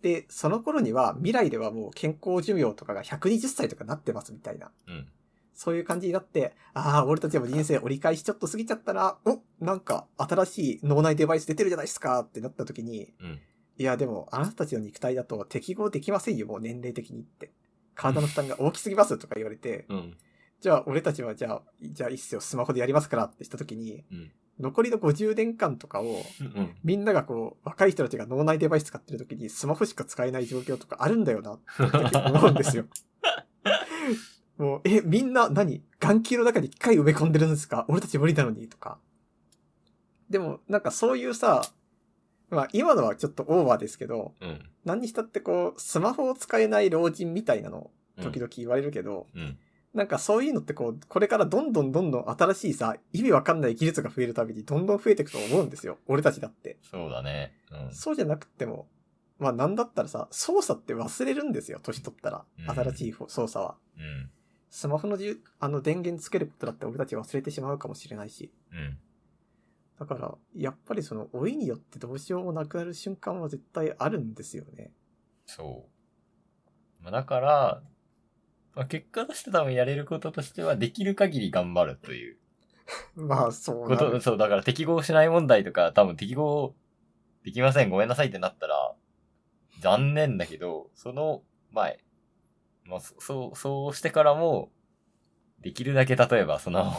で、その頃には未来ではもう健康寿命とかが120歳とかなってますみたいな。うん。そういう感じになって、ああ、俺たちも人生折り返しちょっと過ぎちゃったな、おなんか新しい脳内デバイス出てるじゃないですかってなった時に、うん。いやでもあなたたちの肉体だと適合できませんよ、もう年齢的にって。体の負担が大きすぎますとか言われて、うん。じじゃあ俺たちはじゃあ、じゃあ一世をスマホでやりますからってした時に、 うん残りの50年間とかを、うん。みんながこう、若い人たちが脳内デバイス使ってる時にスマホしか使えない状況とかあるんだよなって思うんですよ。もう、え、みんな何眼球の中に機械埋め込んでるんですか俺たち無理なのにとか。でも、なんかそういうさ、まあ今のはちょっとオーバーですけど、うん。何にしたってこう、スマホを使えない老人みたいなの、時々言われるけど、うん。なんかそういうのってこう、これからどんどんどんどん新しいさ、意味わかんない技術が増えるたびにどんどん増えていくと思うんですよ。俺たちだって。そうだね。うん。そうじゃなくても、まあなんだったらさ、操作って忘れるんですよ、年取ったらうん。新しい操作は。うん。スマホのじゅあの電源つけることだって俺たち忘れてしまうかもしれないし。うん。だから、やっぱりその、老いによってどうしようもなくなる瞬間は絶対あるんですよね。そう。まあ、だから、まあ、結果として多分やれることとしては、できる限り頑張るというまあそうこなと、る。そう、だから適合しない問題とか、多分適合できません、ごめんなさいってなったら、残念だけど、その前、まあ、そそう、そうしてからも、できるだけ例えば、その、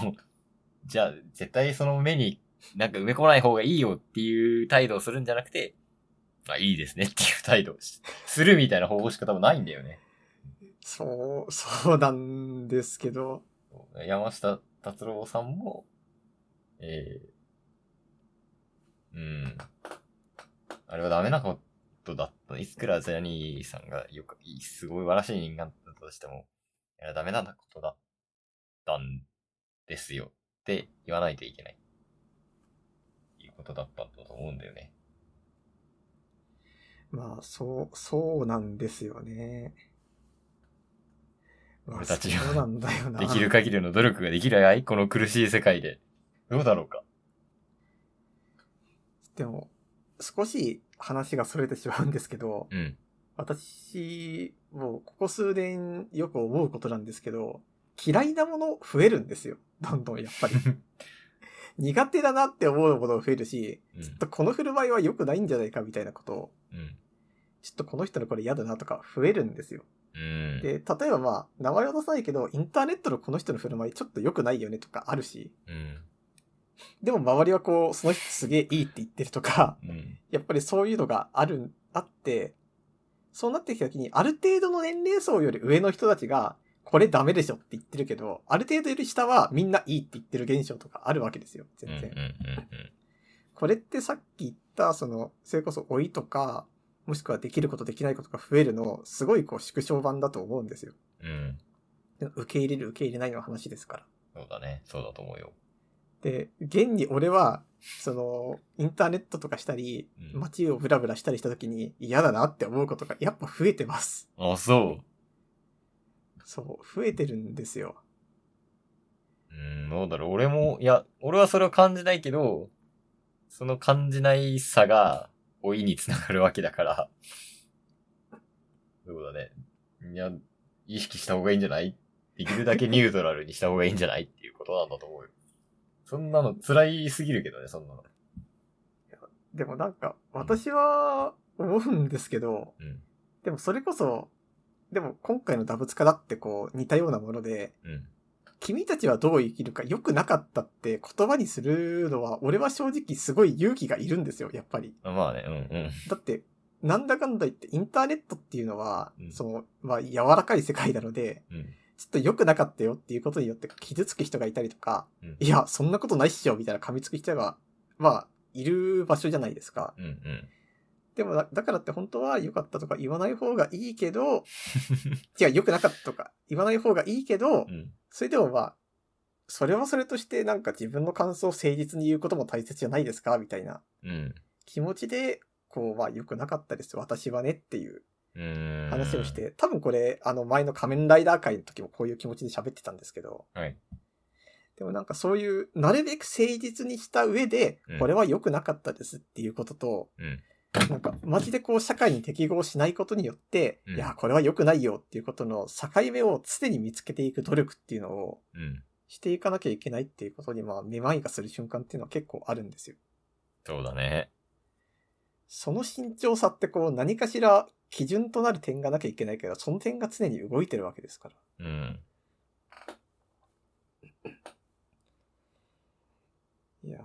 じゃあ、絶対その目になんか埋めこない方がいいよっていう態度をするんじゃなくて、まあいいですねっていう態度をしするみたいな方法しか多分ないんだよね。そう、 そうなんですけど。山下達郎さんも、ええうん。あれはダメなことだった。いくらジャニーさんがよく、いいすごい素晴らしい人間だったとしても、いや、ダメなことだったんですよって言わないといけない。いうことだったんだと思うんだよね。まあ、そう、そうなんですよね。まあ俺たちはそうなんだよな。できる限りの努力ができるないこの苦しい世界で。どうだろうか。でも、少し話が逸れてしまうんですけど、うん。私、もうここ数年よく思うことなんですけど、嫌いなもの増えるんですよ。どんどんやっぱり。苦手だなって思うもの増えるし、うんちょっとこの振る舞いは良くないんじゃないかみたいなことを、うん。ちょっとこの人のこれ嫌だなとか増えるんですよ。うん。で、例えばまあ、名前は出さないけど、インターネットのこの人の振る舞いちょっと良くないよねとかあるし、うん。でも周りはこう、その人すげえいいって言ってるとか、うん。やっぱりそういうのがある、あって、そうなってきた時に、ある程度の年齢層より上の人たちが、これダメでしょって言ってるけど、ある程度より下はみんないいって言ってる現象とかあるわけですよ、うん。う全然。ん。うん。これってさっき言った、その、それこそ老いとか、もしくはできることできないことが増えるの、すごいこう縮小版だと思うんですよ。うん。でも受け入れる受け入れないの話ですから。そうだね。そうだと思うよ。で、現に俺は、その、インターネットとかしたり、うん街をブラブラしたりした時に嫌だなって思うことがやっぱ増えてます。あ、そそう、増えてるんですよ。う。うん、どうだろう。俺も、いや、俺はそれを感じないけど、その感じないさが、老いにつながるわけだから。そうだね。いや、意識した方がいいんじゃないできるだけニュートラルにした方がいいんじゃないっていうことなんだと思うよ。そんなの辛いすぎるけどね、そんなの。でもなんか、私は思うんですけど、うん。でもそれこそ、でも今回のダブツカだってこう似たようなもので、うん。君たちはどう生きるか良くなかったって言葉にするのは、俺は正直すごい勇気がいるんですよ、やっぱり。まあね、うんうん。だって、なんだかんだ言ってインターネットっていうのは、うんその、まあ柔らかい世界なので、うん。ちょっと良くなかったよっていうことによって傷つく人がいたりとか、うんいや、そんなことないっしょ、みたいな噛みつく人が、まあ、いる場所じゃないですか。うんうん。でもだ、だからって本当は良かったとか言わない方がいいけど、違う、良くなかったとか言わない方がいいけど、 うん。それでもまあ、それはそれとしてなんか自分の感想を誠実に言うことも大切じゃないですかみたいなうん。気持ちで、こう、まあ良くなかったです。私はねっていううーん。話をし。て、多分これ、あの前の仮面ライダー会の時もこういう気持ちで喋ってたんですけど、はい。でもなんかそういう、なるべく誠実にした上でうん、これは良くなかったですっていうことと、うんなんかマジでこう社会に適合しないことによって、うんいや、これは良くないよっていうことの境目を常に見つけていく努力っていうのをうん。していかなきゃいけないっていうことに、まあ、めまいがする瞬間っていうのは結構あるんですよ。そうだね。その慎重さってこう何かしら基準となる点がなきゃいけないけど、その点が常に動いてるわけですから。うん。いや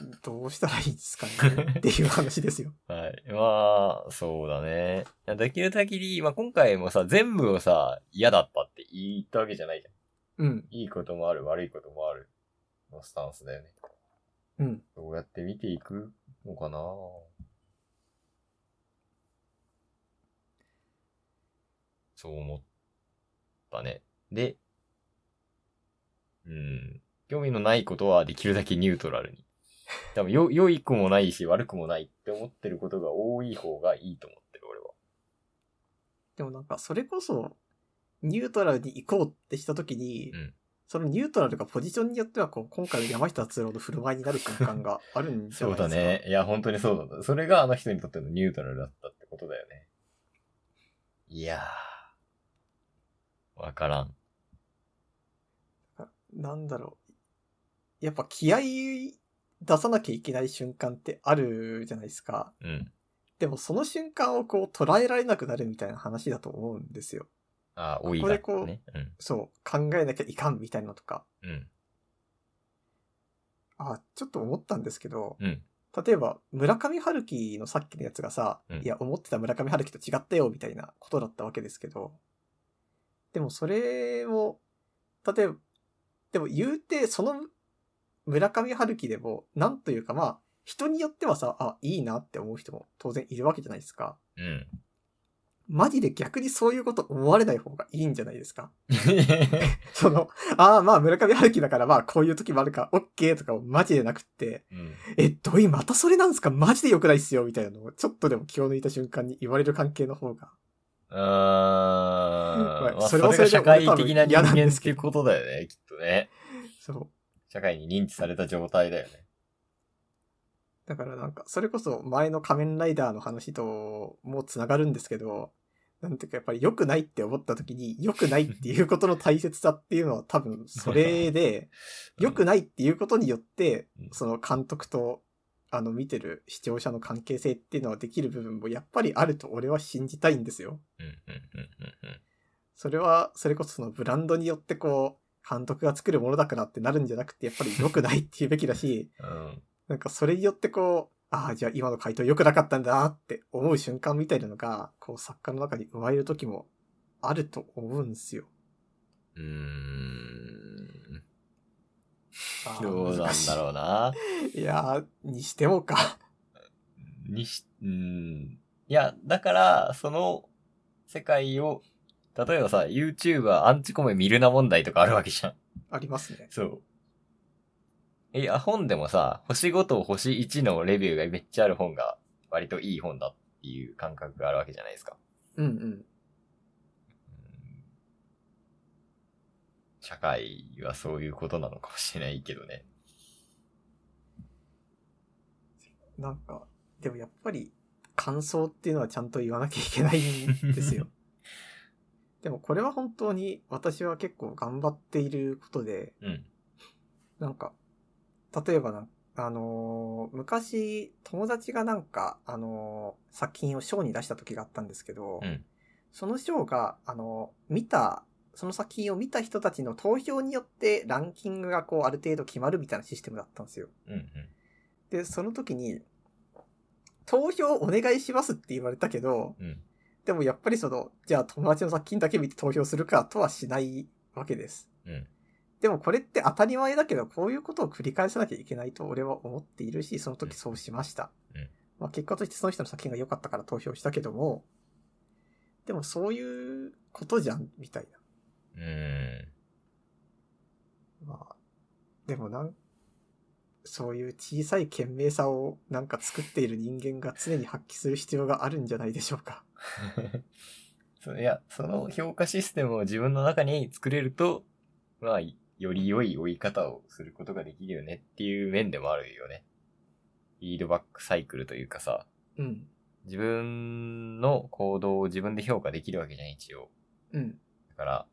ー、どうしたらいいんですかねっていう話です よ。はい。まあ、そうだね。いやできる限り、まあ今回もさ、全部をさ、嫌だったって言ったわけじゃないじゃん。うん、いいこともある、悪いこともある。のスタンスだよね。うん。どうやって見ていくのかなそう思ったね。で、うん。興味のないことはできるだけニュートラル に。多分、よ、良いくもないし、悪くもないって思ってることが多い方がいいと思ってる、俺は。でもなんかそれこそ、ニュートラルに行こうってした時に、うんそのニュートラルがポジションによってはこう、今回の山下達郎の振る舞いになる瞬間があるんじゃそないうですだか。ね。いや、本当にそうだった。それがあの人にとってのニュートラルだったってことだよね。いやー。わからん。なんだろう。やっぱ気合い出さなきゃいけない瞬間ってあるじゃないですか。うん。でもその瞬間をこう捉えられなくなるみたいな話だと思うんですよ。あー、多いこがれね。こううん。そう、考えなきゃいかんみたいなのとか。うん。あ、ちょっと思ったんですけど、うん例えば村上春樹のさっきのやつがさ、うんいや、思ってた村上春樹と違ったよみたいなことだったわけですけど、でもそれも、例えば、でも言うて、その村上春樹でも、なんというかまあ、人によってはさ、あ、いいなって思う人も当然いるわけじゃないですか。 うん。マジで逆にそういうこと思われない方がいいんじゃないですか。その、ああ、まあ村上春樹だからまあこういう時もあるから、オッケーとかをマジでなくって、うん。え、どい、またそれなんですかマジで良くないっすよみたいなのを、ちょっとでも気を抜いた瞬間に言われる関係の方が。まあー、あまあ、そそれれはが社会それ的でな俺多分人嫌なん間でっすてけいうどことだよね、きっとね。そう。社会に認知された状態だよね。だからなんか、それこそ前の仮面ライダーの話とも繋がるんですけど、なんていうかやっぱり良くないって思った時に、良くないっていうことの大切さっていうのは多分それ で、うん良くないっていうことによってうん、その監督と、あの見てる視聴者の関係性っていうのはできる部分もやっぱりあると俺は信じたいんですよ。うん、うん、うん、うん、それは、それこそそのブランドによってこう、監督が作るものだからってなるんじゃなくて、やっぱり良くないっていうべきだし、 うん。うん。なんかそれによってこう、ああ、じゃあ今の回答良くなかったんだなって思う瞬間みたいなのが、こう作家の中に生まれる時もあると思うんですよ。うーん。ああどうなんだろうな。難しいいやー、にしてもか。 にし、うん。いや、だから、その世界を、例えばさ、YouTuber アンチコメ見るな問題とかあるわけじゃん。ありますね。そう。いや、本でもさ、星5と星1のレビューがめっちゃある本が、割といい本だっていう感覚があるわけじゃないですか。うんうん。うん社会はそういうことなのかもしれないけどね。なんか、でもやっぱり、感想っていうのはちゃんと言わなきゃいけない んですよ。でもこれは本当に私は結構頑張っていることで、うん。なんか、例えばな、あのー昔、友達がなんか、あのー作品を賞に出した時があったんですけど、うん。その賞が、あのー見た、その作品を見た人たちの投票によってランキングがこうある程度決まるみたいなシステムだったんですよ。うん。うん。で、その時に、投票お願いしますって言われたけど、うん。でもやっぱりその、じゃあ友達の作品だけ見て投票するかとはしないわけです。うんでもこれって当たり前だけど、こういうことを繰り返さなきゃいけないと俺は思っているし、その時そうしました。うんまあ、結果としてその人の作品が良かったから投票したけども、でもそういうことじゃん、みたいな。うん。まあ、でもなん、そういう小さい賢明さをなんか作っている人間が常に発揮する必要があるんじゃないでしょうか。そういや、その評価システムを自分の中に作れると、まあ、いより良い追い方をすることができるよねっていう面でもあるよね。フィードバックサイクルというかさ、うん。自分の行動を自分で評価できるわけじゃん、一応。うん。だから、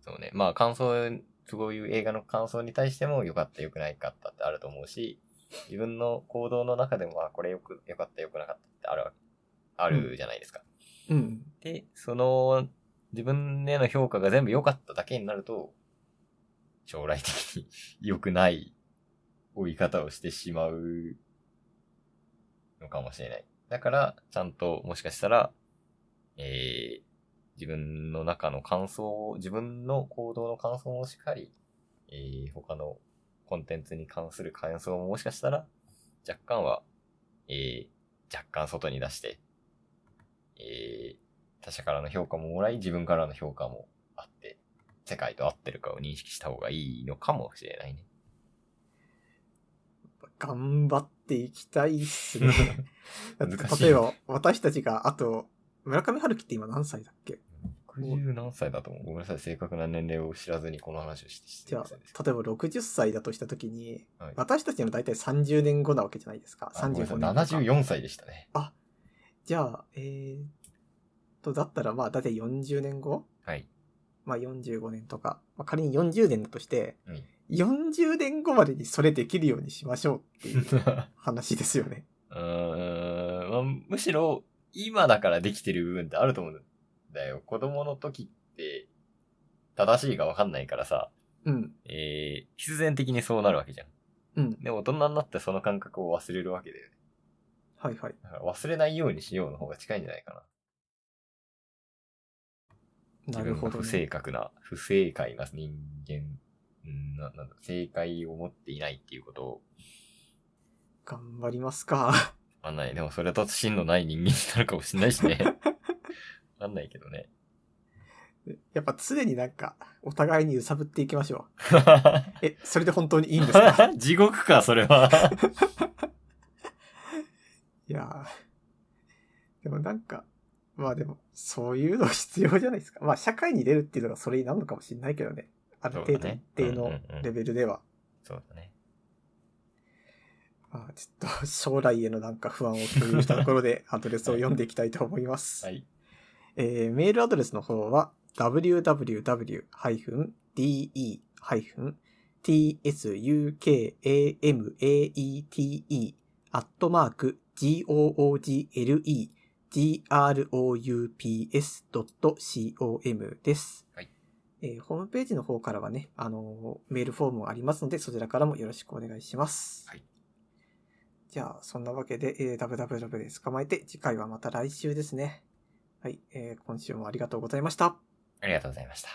そうね。まあ感想、そういう映画の感想に対しても良かった良くないかったってあると思うし、自分の行動の中でも、あ、これ良く、良かった良くなかったってあるわ、あるじゃないですか。うん。で、その、自分への評価が全部良かっただけになると、将来的に良くない追い方をしてしまうのかもしれない。だから、ちゃんともしかしたら、えー、自分の中の感想を、自分の行動の感想もしっかり、えー、他のコンテンツに関する感想ももしかしたら、若干は、えー、若干外に出して、えー、他者からの評価ももらい、自分からの評価もあって、世界と合ってるかを認識した方がいいのかもしれないね。。頑張っていきたいっすねだって 難しい例えば、私たちが、あと、村上春樹って今何歳だっけ60何歳だと思う。ごめんなさい、正確な年齢を知らずにこの話をしてしてじゃあ、ませんでした例えば60歳だとしたときに、はい私たちの大体30年後なわけじゃないですか。あごめんなさ35年い後か。 74歳でしたね。じゃあ、えーっと、だったらまあ、大体40年後 はい。まあ45年とか、まあ、仮に40年だとして、うん40年後までにそれできるようにしましょうって いううー話ですよね。ん、まあむしろ、今だからできてる部分ってあると思うんだよ。子供の時って、正しいかわかんないからさ、うん、えー、必然的にそうなるわけじゃん。うん、で、大人になってその感覚を忘れるわけだよね。はいはい。だから忘れないようにしようの方が近いんじゃないかな。なるほ自分ど、が不ね正。確な、不正解な人間、うんななんだ正解を持っていないっていうことを、頑張りますか。 わかんない。でもそれだと真のない人間になるかもしれな いしね。わかんないけどね。やっぱ常になんか、お互いに揺さぶっていきましょう。え、それで本当にいいんです か地獄か、それ は。いやーでもなんか、まあでも、そういうの必要じゃないですか。まあ社会に出るっていうのがそれになるのかもしれないけどね。ある程そうだ度ね一定のレベルでは。そうだね。まあ、ちょっと将来へのなんか不安を共有したところでアドレスを読んでいきたいと思います。はい。えーメールアドレスの方は www-de-tsukamate アットマーク google-groups.com です。はいえーホームページの方からはね、あのーメールフォームがありますので、そちらからもよろしくお願いします。はいじゃあ、そんなわけで、えー、www で捕まえて、次回はまた来週ですね。はい、えー今週もありがとうございました。ありがとうございました。